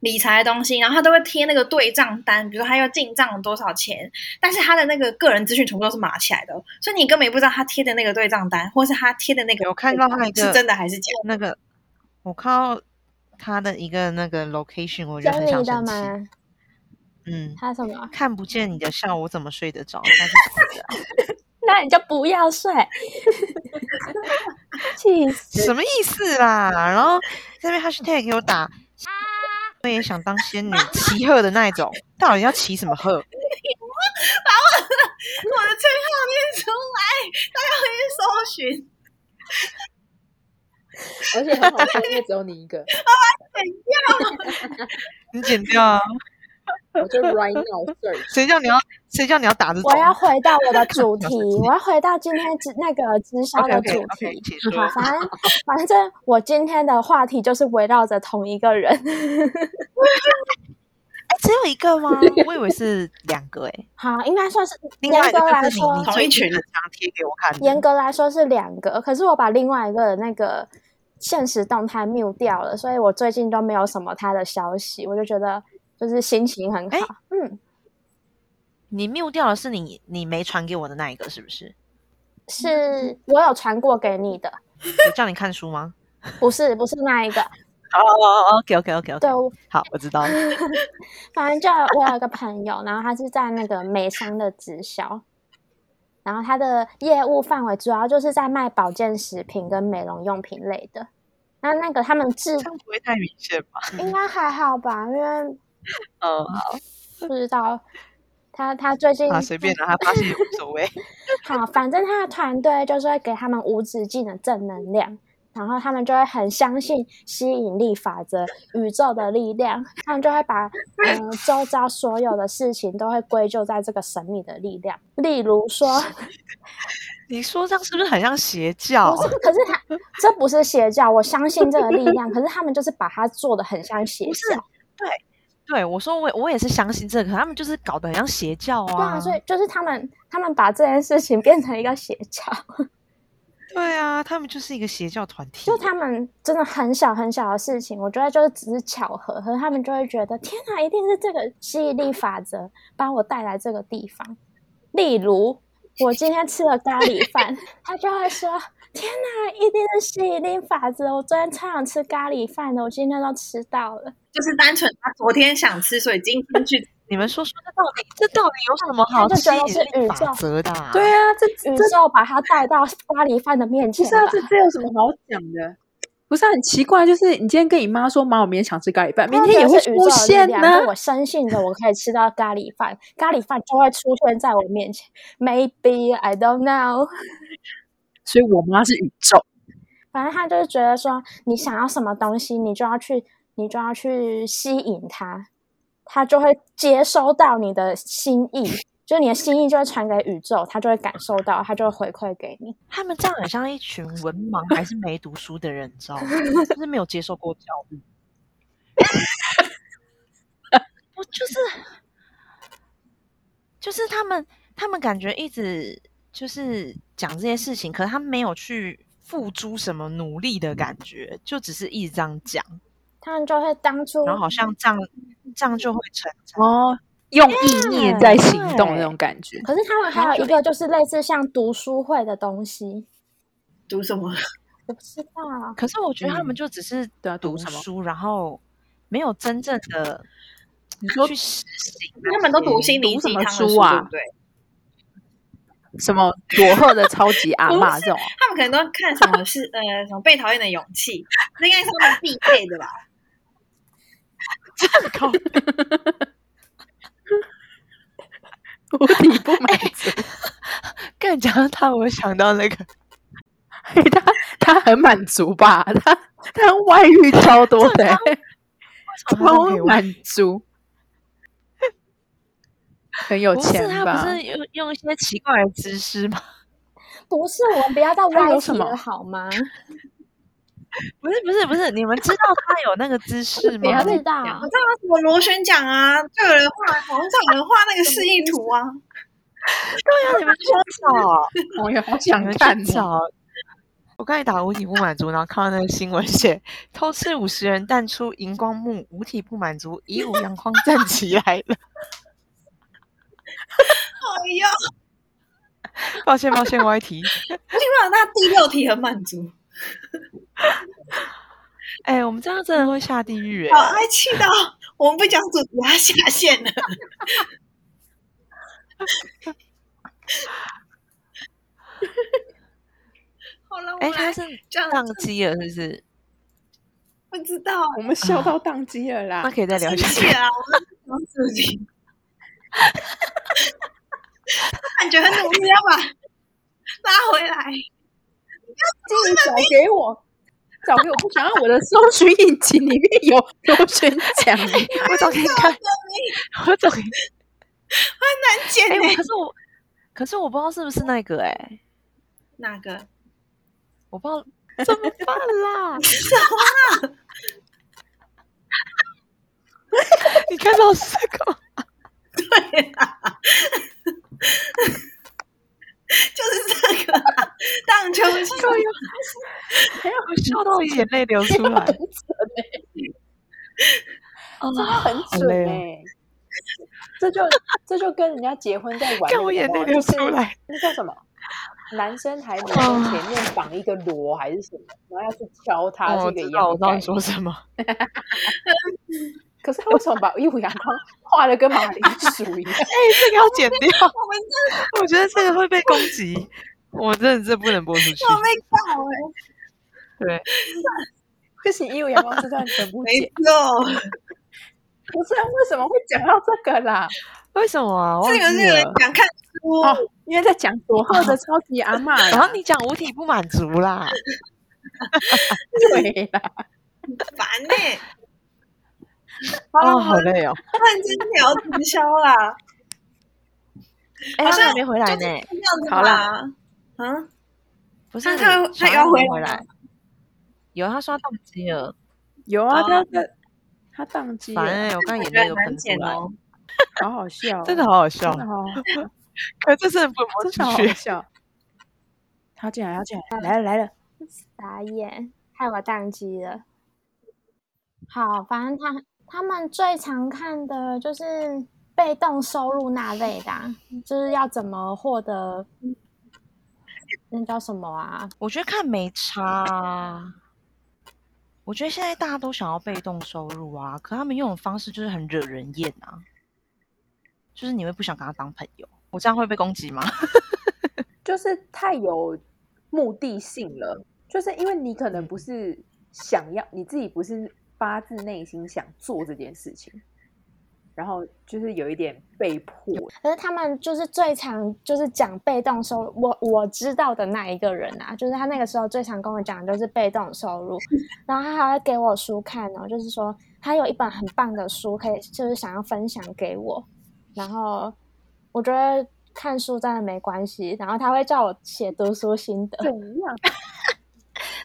Speaker 1: 理财的东西，然后他都会贴那个对账单，比如说他要进账了多少钱，但是他的那个个人资讯全部都是码起来的哦，所以你根本也不知道他贴的那个对账单，或是他贴的那个
Speaker 2: 有看到他一个
Speaker 1: 是真的还是假的。
Speaker 2: 那个我看到他的一个那个 location，我就
Speaker 4: 珍
Speaker 2: 很
Speaker 4: 妮
Speaker 2: 想
Speaker 4: 的
Speaker 2: 生气。
Speaker 4: 吗？
Speaker 2: 嗯，
Speaker 4: 她什么？
Speaker 2: 看不见你的笑，我怎么睡得着？他是 死啊
Speaker 4: 那你就不要睡， 气死！
Speaker 2: 什么意思啦？然后这边 hashtag 给我打，我也想当仙女骑鹤的那一种，到底要骑什么鹤？
Speaker 1: 我的称号念出来，大家会去搜寻。
Speaker 3: 而且很好笑，因为只有你一个，
Speaker 2: 你剪掉啊！
Speaker 3: 我就 right now search。
Speaker 2: 谁叫你要谁叫你要打这种？，
Speaker 4: 我要回到我的主题 我要回到今天直那个直销的主
Speaker 2: OK，OK，OK，
Speaker 4: 题
Speaker 2: 请。说
Speaker 4: 好，反正反正我今天的话题就是围绕着同一个人。
Speaker 2: 哎，只有一个吗？我以为是两个哎、
Speaker 4: 好，应该算是
Speaker 2: 另外
Speaker 4: 严
Speaker 2: 一个
Speaker 4: 格来
Speaker 2: 就是你，
Speaker 4: 说
Speaker 2: 你，
Speaker 1: 同
Speaker 2: 最
Speaker 1: 一
Speaker 2: 近
Speaker 1: 群
Speaker 2: 很常贴给我看
Speaker 4: 严
Speaker 2: 的。
Speaker 4: 格来说是两个，可是我把另外一个的那个现实动态 mute 掉了，所以我最近都没有什么他的消息，我就觉得就是心情很好
Speaker 2: 哎。
Speaker 4: 嗯，
Speaker 2: 你 mute 掉的是你你没传给我的那一个，是不是？
Speaker 4: 是我有传过给你的，
Speaker 2: 有叫你看书吗？
Speaker 4: 不是不是那一个。
Speaker 2: 哦哦哦，OK OK OK
Speaker 4: 对
Speaker 2: OK，，好，我知道了。
Speaker 4: 反正就我有一个朋友，然后他是在那个美商的直销，然后它的业务范围主要就是在卖保健食品跟美容用品类的。那那个他们制
Speaker 2: 这样不会太明显吧？
Speaker 4: 应该还好吧，因为
Speaker 2: 嗯，
Speaker 4: 不知道他他最近
Speaker 2: 啊，随便拿他发现也无所谓。
Speaker 4: 好，反正他的团队就是会给他们无止境的正能量，然后他们就会很相信吸引力法则、宇宙的力量，他们就会把嗯、呃周遭所有的事情都会归咎在这个神秘的力量。例如说，
Speaker 2: 你说这样是不是很像邪教
Speaker 4: 不？是，可是他这不是邪教，我相信这个力量，可是他们就是把它做的很像邪
Speaker 2: 不是哦
Speaker 4: 教。
Speaker 2: 对，我说我也我也是相信这个，可他们就是搞得很像邪教啊。
Speaker 4: 对啊，所以就是他们，他们把这件事情变成一个邪教。
Speaker 2: 对啊，他们就是一个邪教团体。
Speaker 4: 就他们真的很小很小的事情，我觉得就是只是巧合，可是他们就会觉得天哪，一定是这个吸引力法则把我带来这个地方。例如，我今天吃了咖喱饭， 他就会说天哪，一定是吸引力法则，我昨天超想吃咖喱饭的，我今天都吃到了。
Speaker 1: 就是单纯他昨天想吃，所以今天去
Speaker 2: 你们说说，这到底这到底有什么好
Speaker 4: 他就
Speaker 2: 吸
Speaker 4: 觉得
Speaker 2: 引
Speaker 4: 是
Speaker 2: 力
Speaker 4: 宇
Speaker 2: 法
Speaker 4: 宙
Speaker 2: 则的、啊？
Speaker 3: 对啊，这这
Speaker 4: 宇宙把他带到咖喱饭的面
Speaker 3: 不
Speaker 4: 前
Speaker 3: 是啊，
Speaker 4: 吧
Speaker 3: 这这有什么好讲的？不是、啊、很奇怪，就是你今天跟你妈说，妈，我明天想吃咖喱饭，明
Speaker 4: 他
Speaker 3: 天
Speaker 4: 觉
Speaker 3: 也
Speaker 4: 得
Speaker 3: 会
Speaker 4: 是宇宙
Speaker 3: 出
Speaker 4: 的力
Speaker 3: 现
Speaker 4: 量
Speaker 3: 呢、
Speaker 4: 就我深信着我可以吃到咖喱饭，咖喱饭就会出现在我面前。Maybe I don't know。
Speaker 3: 所以我妈是宇宙，
Speaker 4: 反正他就是觉得说，你想要什么东西，你就要去，你就要去吸引他，他就会接收到你的心意，就是你的心意就会传给宇宙，他就会感受到，他就会回馈给你。
Speaker 2: 他们这样很像一群文盲还是没读书的人，你知道吗？就是没有接受过教育。我就是，就是他们，他们感觉一直就是讲这些事情，可是他们没有去付诸什么努力的感觉，就只是一直这样讲，
Speaker 4: 他们就会当初
Speaker 2: 然后好像这样这样就会成长。
Speaker 3: 哦，用意念在行动的那
Speaker 2: 对
Speaker 3: 种感觉。
Speaker 4: 可是他们还有一个就是类似像读书会的东西，
Speaker 1: 读什么？
Speaker 4: 我不知道啊，
Speaker 2: 可是我觉得他们就只是
Speaker 3: 对啊读
Speaker 2: 读
Speaker 3: 什么
Speaker 2: 书，然后没有真正的
Speaker 3: 你说
Speaker 2: 去实行那些。
Speaker 1: 他们都读心理
Speaker 3: 读什
Speaker 1: 鸡
Speaker 3: 么
Speaker 1: 汤的
Speaker 3: 书啊
Speaker 1: 对不对？
Speaker 3: 什么佐贺的超级阿
Speaker 1: 不
Speaker 3: 嬷
Speaker 1: 是
Speaker 3: 这 种，
Speaker 1: 他们可能都看什么是呃什么被讨厌的勇气，那应该是他们必备的吧？
Speaker 3: 我理不满 足。
Speaker 2: 更讲到他，我想到那个，
Speaker 3: 嘿他他哎很满足吧？他他外遇超多的、欸
Speaker 2: 哦
Speaker 3: 超
Speaker 2: 不
Speaker 3: 满 足，很有
Speaker 2: 是
Speaker 3: 钱
Speaker 2: 他
Speaker 3: 吧
Speaker 2: 不？是用用一些奇怪的姿势吗？
Speaker 4: 不是我们不要再
Speaker 3: 他有
Speaker 4: 歪
Speaker 3: 什
Speaker 4: 题
Speaker 3: 么
Speaker 4: 了好吗？
Speaker 2: 不是不是不是，你们知道他有那个姿势
Speaker 3: 不要
Speaker 2: 吗
Speaker 4: 不？
Speaker 3: 再
Speaker 4: 知道
Speaker 1: 我，知道什么螺旋桨啊，就有人画，好像就有人画那个示意图啊。
Speaker 2: 对啊，你们去 找，
Speaker 3: 我也好
Speaker 2: 你
Speaker 3: 想
Speaker 2: 们
Speaker 3: 看
Speaker 2: 去
Speaker 3: 哦
Speaker 2: 找。我刚才打五体不满足，然后看到那个新闻写偷吃五十人淡出荧光幕，五体不满足，以武扬匡站起来了。
Speaker 1: 哎呦，
Speaker 2: 抱歉抱歉，歪题。
Speaker 1: 我听到那第六题很满足，
Speaker 2: 哎、我们这样真的会下地狱哎、
Speaker 1: 好爱气到我们不讲主题，他下线了。 好了，我
Speaker 2: 哎、
Speaker 1: 来
Speaker 2: 他是
Speaker 1: 这样
Speaker 2: 宕机了是不是？
Speaker 1: 不知道，啊
Speaker 3: 我们笑到宕机了啦
Speaker 2: 那！可以再聊
Speaker 1: 生
Speaker 2: 一下。
Speaker 1: 气了啊，我们讲主题。感觉很努力要把拉回来，
Speaker 3: 自己找给我，找给我，不想要我的搜寻引擎里面有螺旋桨。
Speaker 2: 我找给你看，我找给你
Speaker 1: 很简
Speaker 2: 哎、
Speaker 1: 呢
Speaker 2: 我。可是我，可是我不知道是不是那个哎、
Speaker 1: 哪个？
Speaker 2: 我不知道怎么办 啦？啊你看到是这个吗？
Speaker 1: 就是这个啊荡秋千。
Speaker 2: 我笑到眼泪流出来。
Speaker 3: 真的很
Speaker 2: 好累哦
Speaker 3: 欸
Speaker 6: 这就这就跟人家结婚在玩
Speaker 2: 看我
Speaker 6: 那
Speaker 2: 眼
Speaker 6: 个什么
Speaker 2: 泪
Speaker 6: 就
Speaker 2: 流
Speaker 6: 是
Speaker 2: 出来，哦
Speaker 6: 那叫什么？男生还女生前面绑一个螺还是什么，然后要去敲它，
Speaker 2: 哦
Speaker 6: 是
Speaker 2: 我
Speaker 6: 一个
Speaker 2: 知
Speaker 6: 羊
Speaker 2: 道，
Speaker 6: 改
Speaker 2: 我知道你。说什么。
Speaker 6: 可是他为什么把衣服阳光画的跟马铃薯一样？
Speaker 2: 哎这个要剪掉，
Speaker 5: 我 们
Speaker 2: 我觉得这个会被攻 击，我真的这不能播出去。
Speaker 5: 真的被告哎、
Speaker 2: 对，
Speaker 6: 不行，衣服阳光这段全
Speaker 3: 哎
Speaker 6: 部
Speaker 1: 没
Speaker 6: 剪。
Speaker 1: 错，
Speaker 6: 不是啊，为什么会讲到这个啦？
Speaker 2: 为什么啊？忘
Speaker 1: 这个是
Speaker 2: 记
Speaker 1: 有人
Speaker 2: 了。
Speaker 1: 想看书，
Speaker 6: 哦，因为在讲佐贺的超级阿嬷啦，
Speaker 2: 然后你讲五体不满足啦，
Speaker 6: 对啦，
Speaker 1: 烦呢、欸，
Speaker 2: 哦， 好累哦。
Speaker 1: 认真聊直销啦，好
Speaker 2: 哎，他们
Speaker 1: 像
Speaker 2: 还没回来
Speaker 1: 就是
Speaker 2: 呢，
Speaker 1: 这样子
Speaker 6: 好
Speaker 1: 啦。嗯，
Speaker 2: 不
Speaker 1: 他
Speaker 2: 是
Speaker 1: 他他
Speaker 2: 小安
Speaker 1: 要
Speaker 2: 还
Speaker 1: 回
Speaker 2: 没
Speaker 1: 来
Speaker 2: 回
Speaker 1: 吗
Speaker 2: 来。有，啊他说他宕机了，
Speaker 6: 有啊，
Speaker 1: 哦
Speaker 6: 他他他宕机
Speaker 2: 烦
Speaker 6: 了，
Speaker 2: 哎！我刚刚
Speaker 1: 我
Speaker 2: 眼
Speaker 1: 觉得
Speaker 2: 泪
Speaker 1: 很
Speaker 2: 都
Speaker 1: 难
Speaker 2: 喷出
Speaker 1: 剪
Speaker 2: 来，
Speaker 1: 哦。
Speaker 6: 好好笑哦，
Speaker 2: 真的好好笑
Speaker 6: 真。的 好好
Speaker 2: 可这真的哦不能播
Speaker 6: 真的好
Speaker 2: 出
Speaker 6: 好
Speaker 2: 去。
Speaker 6: 笑。 他进来，他进来，来了来了，
Speaker 4: 傻眼，害我宕机了。好，反正他他们最常看的就是被动收入那类的、啊，就是要怎么获得，那叫什么啊？
Speaker 2: 我觉得看没差啊。我觉得现在大家都想要被动收入啊，可他们用的方式就是很惹人厌啊，就是你会不想跟他当朋友。我这样会被攻击吗？
Speaker 6: 就是太有目的性了，就是因为你可
Speaker 3: 嗯
Speaker 6: 能不是想要，你自己不是发自内心想做这件事情，然后就是有一点被迫，
Speaker 4: 可是他们就是最常就是讲被动收入，我我知道的那一个人啊，就是他那个时候最常跟我讲的就是被动 收入，然后他还会给我书看哦，就是说他有一本很棒的书，可以就是想要分享给我，然后我觉得看书真的没关系，然后他会叫我写读书心得，
Speaker 6: 怎
Speaker 3: 哎
Speaker 6: 样？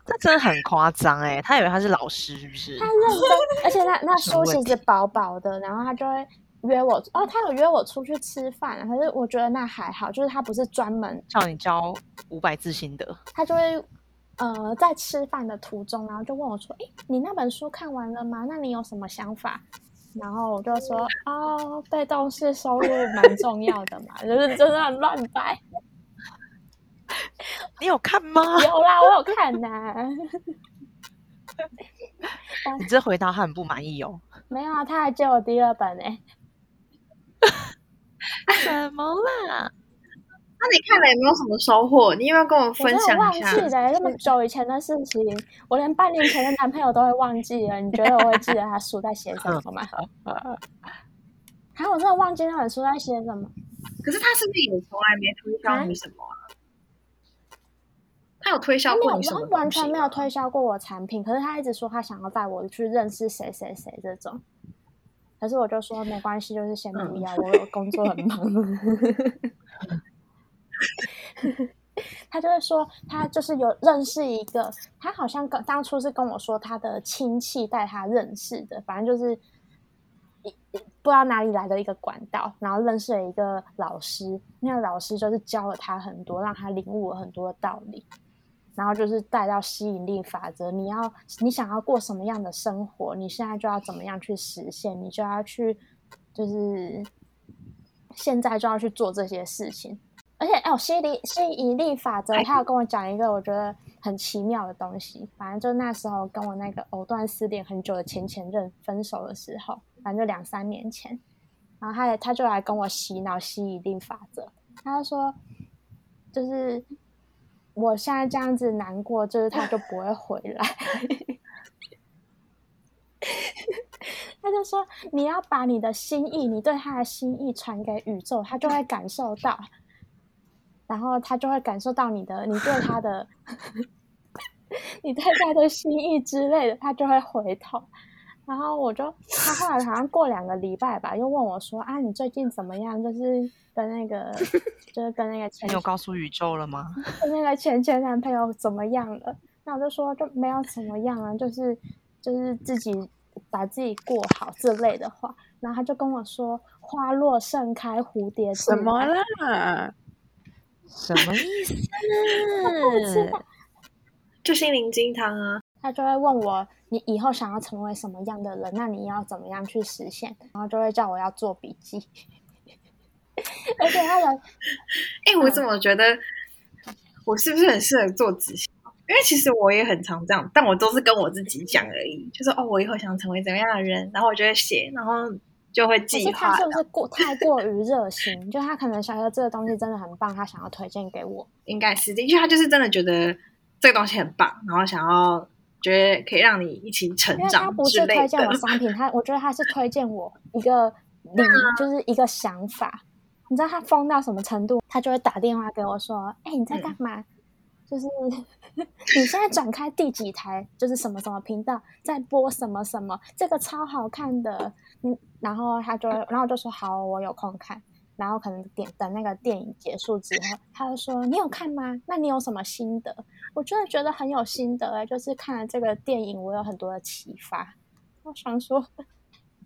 Speaker 2: 这真的很夸张哎！他以为他是老师是不是
Speaker 4: 他？认真，而且 那那
Speaker 2: 什么
Speaker 4: 书
Speaker 2: 问
Speaker 4: 其实薄薄的，然后他就会约我，哦，他有约我出去吃饭，啊可是我觉得那还好，就是他不是专门
Speaker 2: 叫你交五百字心得，
Speaker 4: 他就会呃在吃饭的途中，然后就问我说：“哎，你那本书看完了吗？那你有什么想法？”然后我就说：“哦，被动式收入蛮重要的嘛，就是真的很乱掰。
Speaker 2: 你有看吗？
Speaker 4: 有啦，我有看呐、
Speaker 2: 你这回答他很不满意 哦。
Speaker 4: 没有啊，他还借我第二本呢、
Speaker 2: 怎么啦？
Speaker 1: 那你看了有没有什么收获？你有没有跟我
Speaker 4: 我真
Speaker 1: 分
Speaker 4: 的忘
Speaker 1: 享一
Speaker 4: 记
Speaker 1: 下？
Speaker 4: 了、那么久以前的事情，我连半年前的男朋友都会忘记了。你觉得我会记得他书在写什么吗？ 还有，我真的忘记那本书在写什么。
Speaker 1: 可是他是不是也从来没推销你什么啊？他有推销
Speaker 4: 他没
Speaker 1: 过
Speaker 4: 有，
Speaker 1: 你什么？
Speaker 4: 他完全没有。推销过我产品，可是他一直说他想要带我去认识谁谁谁这种。可是我就说没关系，就是先
Speaker 1: 嗯
Speaker 4: 不要，我有工作很忙。 他就会说，他就是有认识一个，他好像跟当初是跟我说他的亲戚带他认识的，反正就是一不知道哪里来的一个管道，然后认识了一个老师，那个老师就是教了他很多，让他领悟了很多道理。然后就是带到吸引力法则，你要你想要过什么样的生活，你现在就要怎么样去实现，你就要去就是现在就要去做这些事情。而且哦，吸引力吸引力法则，他有跟我讲一个我觉得很奇妙的东西。反正就那时候跟我那个藕断丝连很久的前前任分手的时候，反正就两三年前，然后他也他就来跟我洗脑吸引力法则，他就说就是我现在这样子难过，就是他就不会回来。他就说你要把你的心意，你对他的心意传给宇宙，他就会感受到，然后他就会感受到你的，你对他的， 你对他的心意之类的，他就会回头。然后我就，他后来好像过两个礼拜吧，又问我说：“啊，你最近怎么样？就是跟那个，就是跟那个前
Speaker 2: 你有告诉宇宙了吗？
Speaker 4: 那个前前男朋友怎么样了？那我就说就没有怎么样啊，就是就是自己把自己过好这类的话。然后他就跟我说：“花落盛开，蝴蝶
Speaker 6: 什
Speaker 4: 自
Speaker 6: 么
Speaker 4: 来
Speaker 6: 啦？
Speaker 2: 什么意思？
Speaker 1: 就心灵鸡汤啊，
Speaker 4: 他就会问我：“你以后想要成为什么样的人？那你要怎么样去实现？”然后就会叫我要做笔记。 而且他的嗯
Speaker 1: 哎、我怎么觉得我是不是很适合做直销？因为其实我也很常这样，但我都是跟我自己讲而已，就是哦，我以后想成为怎么样的人，然后我就会写，然后就会
Speaker 4: 可
Speaker 1: 计
Speaker 4: 是
Speaker 1: 划
Speaker 4: 他是。不是过太过于热心？ 就他可能想说这个东西真的很棒，他想要推荐给我。
Speaker 1: 应该是的确，他就是真的觉得这个东西很棒，然后想要觉得可以让你一起成
Speaker 4: 因为他
Speaker 1: 长
Speaker 4: 不
Speaker 1: 之
Speaker 4: 是
Speaker 1: 类
Speaker 4: 推
Speaker 1: 的。
Speaker 4: 荐我商品，他我觉得他是推荐我一个理，
Speaker 1: 啊
Speaker 4: 就是一个想法。你知道他疯到什么程度？他就会打电话给我说：“哎、你在
Speaker 1: 嗯
Speaker 4: 干嘛？就是 你现在转开第几台，就是什么什么频道在播什么什么，这个超好看的。”嗯，然后他就，然后我就说：“好，我有空看。”然后可能点等那个电影结束之后，他就说：“你有看吗？那你有什么心得？”我真的觉得很有心得哎、就是看了这个电影，我有很多的启发。我想说，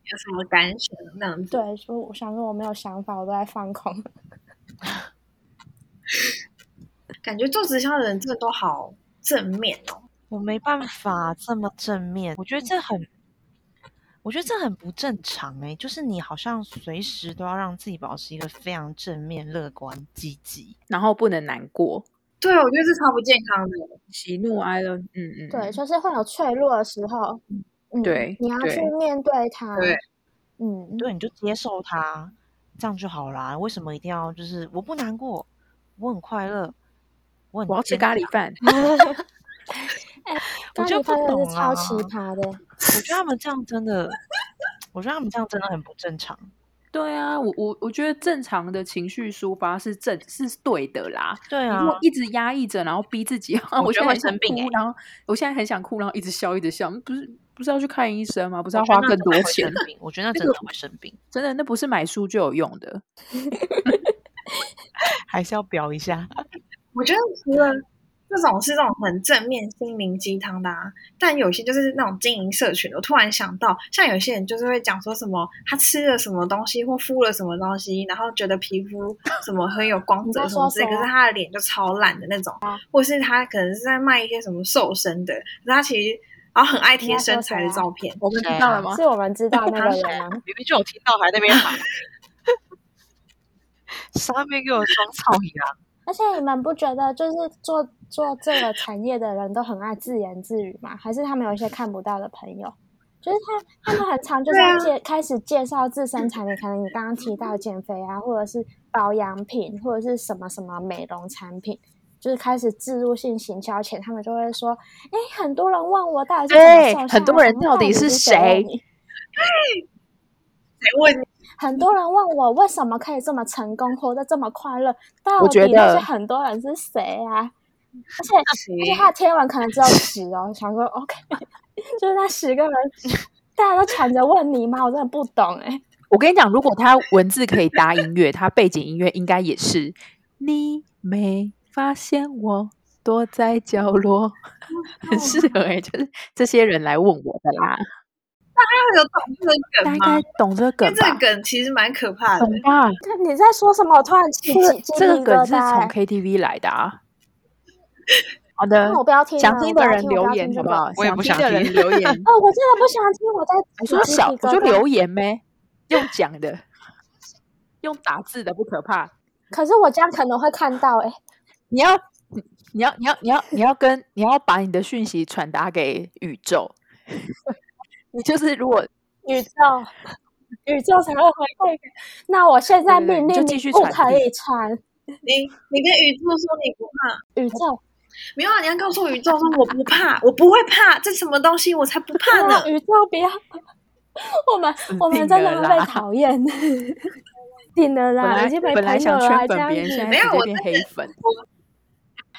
Speaker 1: 有什么感想那样子？
Speaker 4: 对，说我想说我没有想法，我都在放空。
Speaker 1: 感觉做直销的人真的都好正面哦。
Speaker 2: 我没办法这么正面，我觉得这很，我觉得这很不正常哎、就是你好像随时都要让自己保持一个非常正面、乐观、积极。
Speaker 3: 然后不能难过，
Speaker 1: 对，我觉得这超不健康的。
Speaker 3: 喜怒哀乐，嗯嗯，
Speaker 4: 对，就是会有脆弱的时候，嗯，
Speaker 3: 对
Speaker 4: 你要去
Speaker 3: 对
Speaker 4: 面对它。
Speaker 1: 对
Speaker 4: 嗯，
Speaker 2: 对，你就接受它，这样就好啦。为什么一定要就是我不难过，我很快乐，我很
Speaker 3: 我要吃
Speaker 2: 坚
Speaker 3: 咖
Speaker 2: 强
Speaker 3: 喱饭，
Speaker 2: 我
Speaker 4: 咖
Speaker 2: 就不
Speaker 4: 喱饭真的
Speaker 2: 懂
Speaker 4: 是超奇
Speaker 2: 啊
Speaker 4: 葩的。
Speaker 2: 我觉得他们这样真的，我觉得他们这样真的很不正常。
Speaker 3: 对啊，我我我觉得正常的情绪抒发是正是对的啦，
Speaker 2: 对
Speaker 3: 你
Speaker 2: 啊
Speaker 3: 如，果一直压抑着，然后逼自己， 啊、
Speaker 2: 我
Speaker 3: 我
Speaker 2: 觉得
Speaker 3: 现在
Speaker 2: 会
Speaker 3: 很想
Speaker 2: 生病
Speaker 3: 哭
Speaker 2: 欸
Speaker 3: 然后我现在很想哭，然后一直笑，一直笑，不是不是要去看医生吗？不是
Speaker 2: 我
Speaker 3: 要
Speaker 2: 觉得
Speaker 3: 花
Speaker 2: 那
Speaker 3: 更
Speaker 2: 真的
Speaker 3: 多
Speaker 2: 会
Speaker 3: 钱？
Speaker 2: 生病，我觉得那
Speaker 3: 那
Speaker 2: 真
Speaker 3: 个
Speaker 2: 的会生病，
Speaker 3: 真的，那不是买书就有用的。
Speaker 2: 还是要表一下。
Speaker 1: 我觉得除了这种是这种很正面心灵鸡汤的啊，但有些就是那种经营社群的。我突然想到，像有些人就是会讲说什么他吃了什么东西或敷了什么东西，然后觉得皮肤什么很有光泽
Speaker 4: 你在
Speaker 1: 什么
Speaker 4: 说啊
Speaker 1: 之类，可
Speaker 4: 谁啊
Speaker 1: 是他的脸就超烂的那种，或是他可能是在卖一些什么瘦身的，可是他其实然后很爱贴
Speaker 4: 你在说
Speaker 1: 身材的
Speaker 4: 谁啊
Speaker 1: 照片。
Speaker 3: 我们
Speaker 2: 对
Speaker 3: 知道
Speaker 2: 啊
Speaker 3: 了吗？
Speaker 4: 是我们知道那个人吗？
Speaker 2: 明明就有听到，还在那边喊， 上面给我装 草一样。
Speaker 4: 而且你们不觉得就是做做这个产业的人都很爱自言自语吗？还是他们有一些看不到的朋友？就是他，他们很常就是
Speaker 1: 对
Speaker 4: 要
Speaker 1: 啊
Speaker 4: 介、开始介绍自身产品，可能你刚刚提到减肥啊，或者是保养品，或者是什么什么美容产品，就是开始植入性行销前，他们就会说：“哎，很多人问我到底是怎么瘦
Speaker 3: 对
Speaker 4: 下来
Speaker 3: 很多人
Speaker 4: 的
Speaker 3: 到底是
Speaker 4: 是谁问
Speaker 3: 谁
Speaker 4: 你？
Speaker 1: 谁问你
Speaker 4: 很多人问我为什么可以这么成功，活得这么快乐，到
Speaker 3: 我觉
Speaker 4: 底那些
Speaker 3: 得
Speaker 4: 很多人是谁啊？而且而且他的贴文可能只有十哦，想说 OK，就是 那十个人，大家都抢着问你吗？我真的不懂哎、
Speaker 3: 我跟你讲，如果他文字可以搭音乐，他背景音乐应该也是。你没发现我躲在角
Speaker 2: 哦
Speaker 3: 落，很适合哎、就是这些人来问我的啦，
Speaker 1: 他有懂这个梗
Speaker 3: 大家应
Speaker 1: 吗
Speaker 3: 该？懂这个
Speaker 1: 因为
Speaker 3: 梗
Speaker 1: 这个？
Speaker 3: 吧
Speaker 1: 梗其实蛮可怕的，
Speaker 3: 懂吧？
Speaker 4: 看你在说什么？我突然起
Speaker 3: 这
Speaker 4: 鸡
Speaker 3: 个
Speaker 4: 鸡皮
Speaker 3: 这个
Speaker 4: 疙
Speaker 3: 梗是
Speaker 4: 瘩、
Speaker 3: 从
Speaker 4: 欸。
Speaker 3: KTV 来 的啊。好的
Speaker 2: 哦
Speaker 4: 那，我不要听了，
Speaker 3: 想
Speaker 4: 我
Speaker 3: 听
Speaker 4: 不
Speaker 3: 的
Speaker 4: 要
Speaker 3: 人
Speaker 4: 啊听
Speaker 3: 留言
Speaker 4: 我
Speaker 3: 好不
Speaker 4: 不要
Speaker 3: 好
Speaker 4: 听？。
Speaker 2: 我也不
Speaker 3: 听的
Speaker 2: 想
Speaker 3: 人
Speaker 2: 听
Speaker 3: 留言
Speaker 4: 哦，我真的不想听，我在起
Speaker 3: 我说
Speaker 4: 鸡皮
Speaker 3: 小，
Speaker 4: 疙
Speaker 3: 我就
Speaker 4: 瘩。
Speaker 3: 留言呗，用讲的，用打字的不可怕。
Speaker 4: 可是我这样可能会看到哎、
Speaker 3: 你要你你要你要你要你要跟你要把你的讯息传达给宇宙。 你就是如果
Speaker 4: 宇宙，宇宙才会回馈给。那我现在
Speaker 3: 对对对
Speaker 4: 命
Speaker 3: 你就
Speaker 4: 令
Speaker 3: 继续
Speaker 4: 不
Speaker 3: 传
Speaker 4: 可
Speaker 3: 递
Speaker 4: 以传
Speaker 1: 你你跟宇宙说你不怕，
Speaker 4: 宇宙，
Speaker 1: 没有啊，你要告诉宇宙说我不怕，我不会怕，这什么东西我才不怕
Speaker 4: 不要
Speaker 1: 呢？
Speaker 4: 宇宙不要， 我们我们
Speaker 3: 定
Speaker 4: 真的
Speaker 3: 了
Speaker 4: 会被
Speaker 3: 啦
Speaker 4: 讨厌。 定的
Speaker 3: 本
Speaker 4: 啦，
Speaker 3: 来
Speaker 4: 啊已经没
Speaker 3: 本来
Speaker 4: 朋友
Speaker 3: 想
Speaker 4: 了，还这
Speaker 3: 圈粉
Speaker 4: 样
Speaker 3: 别人，现
Speaker 4: 子，
Speaker 3: 在
Speaker 1: 没
Speaker 3: 直
Speaker 1: 有
Speaker 3: 接
Speaker 1: 我
Speaker 3: 变黑粉。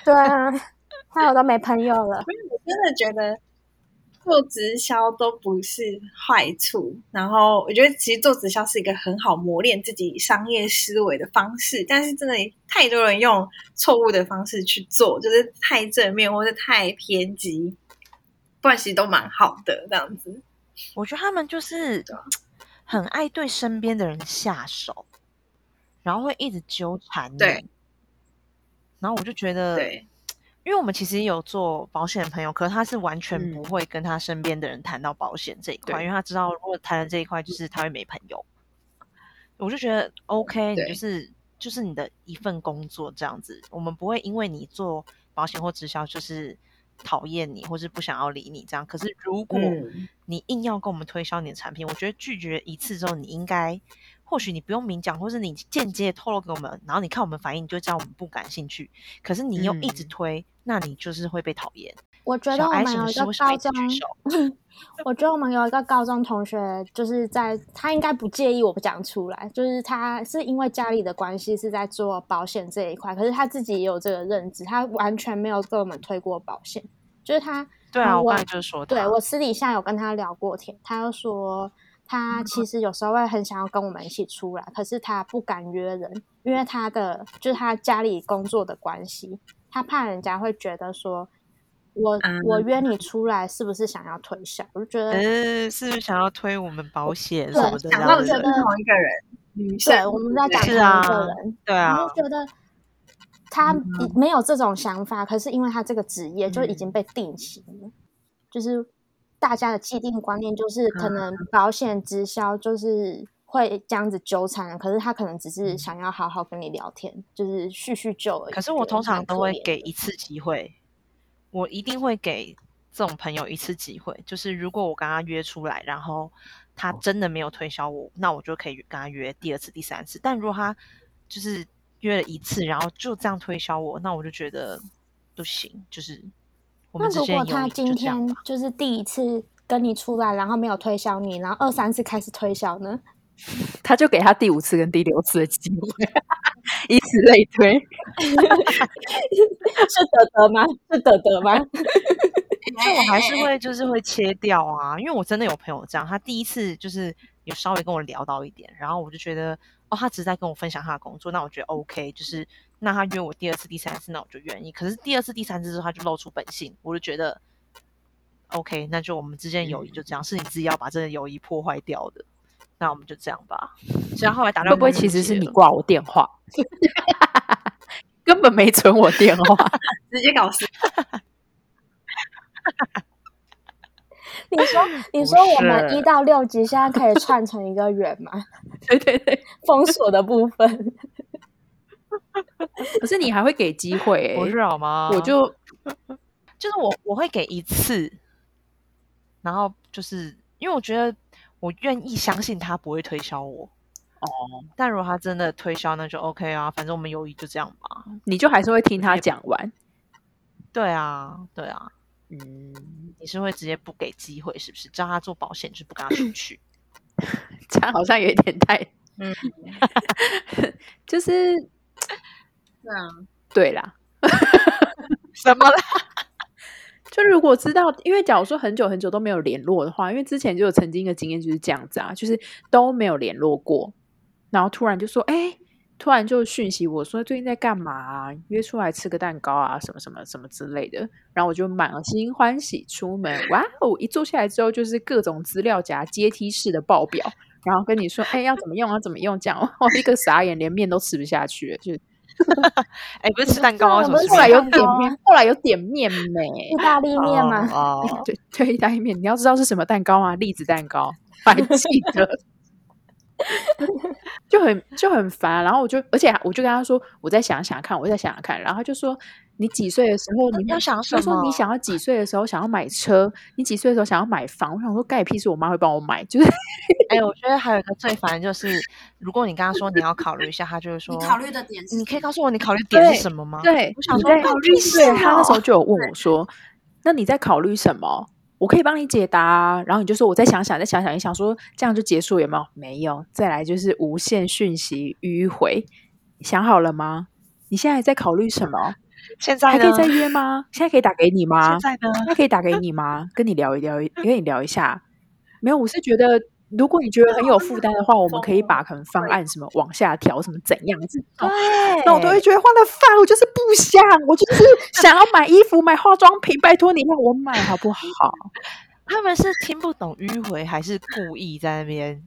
Speaker 4: 对啊，害我都没朋友 了。
Speaker 1: 所以我真的觉得做直销都不是坏处，然后我觉得其实做直销是一个很好磨练自己商业思维的方式，但是真的太多人用错误的方式去做，就是太正面或是太偏激，不然其实都蛮好的这样子。
Speaker 2: 我觉得他们就是很爱对身边的人下手，然后会一直纠缠你。
Speaker 1: 对
Speaker 2: 然后我就觉得，
Speaker 1: 对，
Speaker 2: 因为我们其实也有做保险的朋友，可是他是完全
Speaker 3: 嗯
Speaker 2: 不会跟他身边的人谈到保险这一块，
Speaker 3: 对
Speaker 2: 因为他知道如果谈了这一块，就是他会没朋友。我就觉得 OK，你
Speaker 1: 对
Speaker 2: 就是就是你的一份工作这样子，我们不会因为你做保险或直销，就是讨厌你，或是不想要理你这样。可是如果
Speaker 1: 嗯
Speaker 2: 你硬要跟我们推销你的产品，我觉得拒绝一次之后，你应该或许你不用明讲，或是你间接透露给我们，然后你看我们反应，你就知道我们不感兴趣。可是你又一直
Speaker 6: 嗯
Speaker 2: 推，那你就是会被讨厌。
Speaker 4: 我觉
Speaker 2: 小
Speaker 4: 得我
Speaker 2: 爱
Speaker 4: 们
Speaker 2: 什么
Speaker 4: 有一
Speaker 2: 事
Speaker 4: 个
Speaker 2: 为什么
Speaker 4: 高
Speaker 2: 一直
Speaker 4: 中
Speaker 2: 举手，
Speaker 4: 我觉得我们有一个高中同学，就是在他应该不介意我不讲出来，就是他是因为家里的关系是在做保险这一块，可是他自己也有这个认知，他完全没有跟我们推过保险，就是他
Speaker 2: 对啊，
Speaker 4: 嗯
Speaker 2: 我
Speaker 4: 我
Speaker 2: 刚才就是说他，
Speaker 4: 对我私底下有跟他聊过天，他就说
Speaker 2: 嗯
Speaker 4: 他其实有时候会很想要跟我们一起出来，可是他不敢约人，因为他的就是他家里工作的关系，他怕人家会觉得说我、我约你出来是不是想要推销？我就觉
Speaker 2: 啊
Speaker 4: 得。
Speaker 2: 呃，是不是想要推我们保险
Speaker 4: 对
Speaker 2: 什么的这
Speaker 1: 想
Speaker 2: 样
Speaker 1: 到
Speaker 2: 的
Speaker 1: 的是
Speaker 2: 人？
Speaker 1: 同一个人，女生
Speaker 4: 对，我们在讲同
Speaker 2: 是
Speaker 4: 一
Speaker 2: 啊
Speaker 4: 个人，
Speaker 2: 对
Speaker 4: 然
Speaker 2: 啊嗯
Speaker 4: 后，觉得他已没有这种想法，可是因为他这个职业就已经被定型了，就是大家的既定观念就是
Speaker 2: 嗯
Speaker 4: 可能保险直销就是会这样子纠缠，可是他可能只是想要好好跟你聊天，就是叙叙旧而已。
Speaker 2: 嗯可是我
Speaker 4: 觉得
Speaker 2: 通常
Speaker 4: 蛮
Speaker 2: 都
Speaker 4: 可
Speaker 2: 会
Speaker 4: 怜
Speaker 2: 给
Speaker 4: 的
Speaker 2: 一次机会，我一定会给这种朋友一次机会。就是如果我跟他约出来，然后他
Speaker 4: 哦
Speaker 2: 真的没有推销我，那我就可以跟他约第二次、第三次。但如果他就是约了一次，然后就这样推销我，那我就觉得不行，就是我们
Speaker 4: 那
Speaker 2: 之
Speaker 4: 如
Speaker 2: 间
Speaker 4: 果
Speaker 2: 的友
Speaker 4: 他
Speaker 2: 谊就
Speaker 4: 今
Speaker 2: 这样
Speaker 4: 天
Speaker 2: 吧。
Speaker 4: 就是第一次跟你出来，然后没有推销你，然后二三次开始推销呢？
Speaker 3: 他就给他第五次跟第六次的机会， 以此类推。
Speaker 4: 是德德吗？是德德吗？
Speaker 2: 但我
Speaker 3: 嗯
Speaker 2: 还是
Speaker 5: 哎
Speaker 2: 会就是会切掉啊，因为我真的有朋友这样，他第一次就是有稍微跟我聊到一点，然后我就觉得哦，他只是在跟我分享他的工作，那我觉得 OK，就是那他约我第二次、第三次，那我就愿意。可是第二次、第三次之后，他就露出本性，我就觉得 OK，那就我们之间的友谊就这样，是你自己要把这个友谊破坏掉的。那我们就这样吧。所以他后来打电
Speaker 3: 会
Speaker 2: 话
Speaker 3: 不会
Speaker 2: 跟我
Speaker 3: 其实
Speaker 2: 解
Speaker 3: 是你
Speaker 2: 了
Speaker 3: 挂我电话？ 根本没存我电话，
Speaker 1: 直接搞死。
Speaker 4: 你 说，你
Speaker 2: 不
Speaker 4: 说我们
Speaker 2: 是
Speaker 4: 一到六集现在可以串成一个圆吗？
Speaker 3: 对对对，
Speaker 4: 封锁的部 分，
Speaker 3: 可是你还会给机会、欸，
Speaker 2: 不是啊好吗？
Speaker 3: 我就
Speaker 2: 就是我我会给一次，然后就是因为我觉得我愿意相信他不会推销我。哦，但如果他真的推销，那就 OK 啊，反正我们友谊就这样吧。
Speaker 3: 你就还是会听他讲完，
Speaker 2: 对啊，对啊，
Speaker 3: 嗯，
Speaker 2: 你是会直接不给机会是不是？叫他做保险就不跟他出去。
Speaker 3: 这样好像有一点太，
Speaker 1: 嗯，
Speaker 3: 就是
Speaker 5: 对啊，
Speaker 3: 对啦，
Speaker 2: 什么啦？
Speaker 3: 就如果知道，因为假如说很久很久都没有联络的话，因为之前就有曾经一个经验就是这样子啊，就是都没有联络过，然后突然就说，哎、突然就讯息我说最近在干嘛、啊，约出来吃个蛋糕啊，什么什么什么之类的，然后我就满心欢喜出门，哇哦！一坐下来之后就是各种资料夹阶梯式的报表，然后跟你说，哎、要怎么用，要怎么用，这样我一个傻眼，连面都吃不下去了，就是
Speaker 2: 哎、不是吃蛋糕啊，
Speaker 4: 我
Speaker 2: 什么
Speaker 4: 们
Speaker 2: 吃
Speaker 3: 后来
Speaker 2: 面
Speaker 3: 有
Speaker 4: 蛋
Speaker 3: 点
Speaker 4: 糕啊
Speaker 3: 面，后来有点面没、
Speaker 4: 意大利面吗？
Speaker 2: 哦
Speaker 3: 哎
Speaker 2: 哦
Speaker 3: 对对，意大利面，你要知道是什么蛋糕啊？栗子蛋糕，我还记得， 就很就很烦。啊然后我就，而且我就跟他说，我再想想看，我再想想看。然后他就说，你几岁的时候你
Speaker 2: 要
Speaker 3: 会
Speaker 2: 想什
Speaker 3: 他说你
Speaker 2: 么
Speaker 3: 想要几岁的时候想要买车，你几岁的时候想要买房。我想说，盖屁事，我妈会帮我买，就是
Speaker 2: 哎、我觉得还有一个最烦的就是，如果你跟他说你要考虑一下，他就会说
Speaker 5: 你考虑的点是
Speaker 2: 你可以告诉我你考虑点
Speaker 3: 对
Speaker 2: 是什么吗？
Speaker 3: 对，
Speaker 2: 我想
Speaker 3: 你
Speaker 2: 说
Speaker 3: 在
Speaker 2: 关我屁事
Speaker 3: 对他那时候
Speaker 2: 哦
Speaker 3: 就有问我说：“那你在考虑什么？我可以帮你解答啊。”然后你就说：“我再想想，再想想。”你想说这样就结束有没有？没有，再来就是无限讯息迂回。想好了吗？你现在在考虑什么？
Speaker 2: 现在
Speaker 3: 还可以
Speaker 2: 呢？
Speaker 3: 再约吗？现在可以打给你吗
Speaker 2: 现？在呢？
Speaker 3: 现在可以打给你吗？跟你聊一聊一，跟你聊一下。没有，我是觉得，如果你觉得很有负担的话，我们可以把可能方案什么往下调，什么怎样这种，那我都会觉得换了饭，我就是不想，我就是想要买衣服、买化妆品，拜托你让我买好不好？
Speaker 2: 他们是听不懂迂回，还是故意在那边，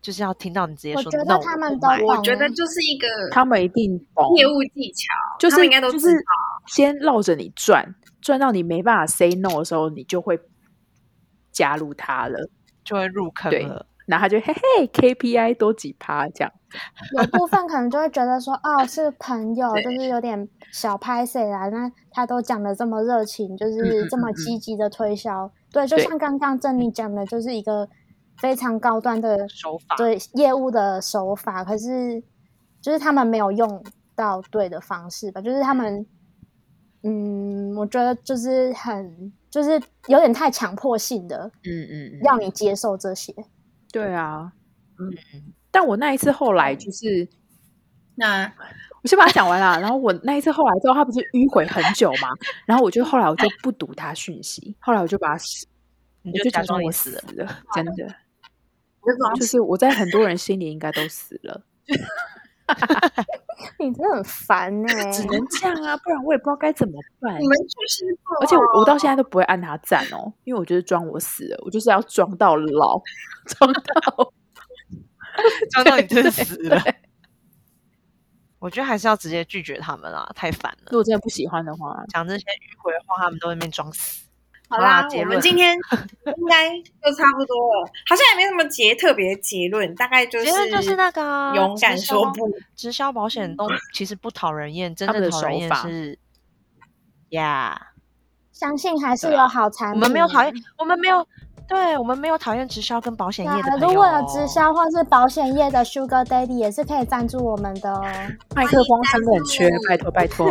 Speaker 2: 就是要听到你直接
Speaker 4: 我
Speaker 2: 说
Speaker 4: 觉
Speaker 2: no？
Speaker 4: 得他们
Speaker 2: 不
Speaker 4: 都
Speaker 2: 买
Speaker 4: 懂
Speaker 1: 我觉得
Speaker 4: 欸
Speaker 1: 就是一个
Speaker 3: 他们一定懂，
Speaker 1: 业务技巧，
Speaker 3: 就
Speaker 1: 他
Speaker 3: 是
Speaker 1: 们应该都
Speaker 3: 就
Speaker 1: 知
Speaker 3: 是
Speaker 1: 道。
Speaker 3: 先绕着你转，转到你没办法 say no 的时候，你就会加入他了。
Speaker 2: 就会入坑
Speaker 3: 对
Speaker 2: 了。
Speaker 3: 然后他就嘿嘿 KPI 多几趴这样，
Speaker 4: 有部分可能就会觉得说，哦，是朋友，就是有点小拍谁啦。那他都讲的这么热情，就
Speaker 3: 嗯嗯
Speaker 4: 是这么
Speaker 3: 嗯
Speaker 4: 积极的推销，对，就
Speaker 3: 对嗯
Speaker 4: 像刚刚珍妮讲的，就是一个非常高端的
Speaker 2: 手法
Speaker 4: 对业务的手法，可是就是他们没有用到对的方式吧，就是他们，嗯，我觉得就是很就是有点太强迫性的
Speaker 3: 嗯嗯
Speaker 4: 要你接受这些，
Speaker 3: 对啊，嗯。但我那一次后
Speaker 2: 哦
Speaker 3: 来就是，
Speaker 1: 那
Speaker 3: 我先把它讲完啦。然后我那一次后来之后，他不是迂回很久嘛，然后我就后来我就不读他讯息，后来我 就把他死，
Speaker 2: 你
Speaker 3: 我
Speaker 2: 就
Speaker 3: 就
Speaker 2: 假
Speaker 3: 假
Speaker 2: 装
Speaker 3: 装
Speaker 2: 你
Speaker 3: 我
Speaker 2: 死
Speaker 3: 死
Speaker 2: 了
Speaker 3: 了，真的。
Speaker 1: 我就装
Speaker 3: 就是我在很多人心里应该都死 了，
Speaker 4: 你真的很烦欸呢、
Speaker 3: 只能这样啊，不然我也不知道该怎么办
Speaker 1: 你。们巨星座，
Speaker 3: 而且我
Speaker 2: 啊
Speaker 3: 我到现在都不会按他赞哦，因为我就是装我死了，我就是要装到老，装 到
Speaker 2: 装到你真的死了。我觉得还是要直接拒绝他们啦，太烦
Speaker 3: 如
Speaker 2: 了。
Speaker 3: 果真的不喜欢的话，
Speaker 2: 讲这些迂回的话，他们都在那边装死。
Speaker 1: 好
Speaker 2: 啦
Speaker 1: 啦，
Speaker 2: 结
Speaker 1: 我们
Speaker 2: 论
Speaker 1: 今天应该就差不多了，好像也没什么结特别结论，大概就是
Speaker 2: 结论就是那个啊
Speaker 1: 勇敢
Speaker 2: 直销
Speaker 1: 说不。
Speaker 2: 直销保险都其实不讨人厌，真
Speaker 3: 他们
Speaker 2: 正
Speaker 3: 的
Speaker 2: 讨人
Speaker 3: 手
Speaker 2: 厌
Speaker 3: 法
Speaker 2: 是呀
Speaker 4: 相信还是
Speaker 3: 对
Speaker 4: 有好产
Speaker 2: 啊我
Speaker 4: 品，
Speaker 2: 们没有讨厌，我们没有，对我们没有讨厌直销跟保险
Speaker 4: 对
Speaker 2: 业的
Speaker 4: 啊，
Speaker 2: 朋友哦。
Speaker 4: 如果有直销或是保险业的 Sugar Daddy 也是可以赞助我们 的哦。
Speaker 3: 麦克风真的很缺，拜托拜托，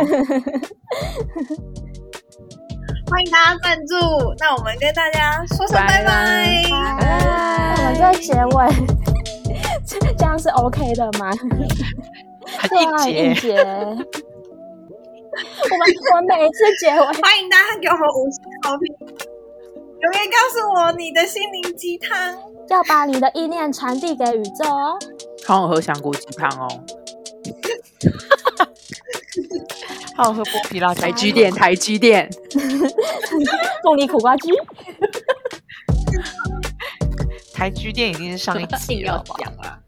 Speaker 1: 欢迎大家赞助。那我们跟大家说声拜拜。
Speaker 4: 我们这结尾这 这样是 OK 的吗？
Speaker 2: 很
Speaker 4: 对
Speaker 2: 一
Speaker 4: 啊，很
Speaker 2: 节
Speaker 4: 硬，结。 我们我每一次结尾，
Speaker 1: 欢迎大家给我们五星好评，留言告诉我你的心灵鸡汤。
Speaker 4: 要把你的意念传递给宇宙哦。
Speaker 3: 帮我喝香菇鸡汤哦。
Speaker 2: 还有喝剥皮辣椒
Speaker 3: 台积电，台积电，
Speaker 4: 凤梨苦瓜汁，
Speaker 2: 台积电已经是上一集
Speaker 3: 硬
Speaker 2: 了
Speaker 3: 要
Speaker 2: 吧？
Speaker 3: 讲啊！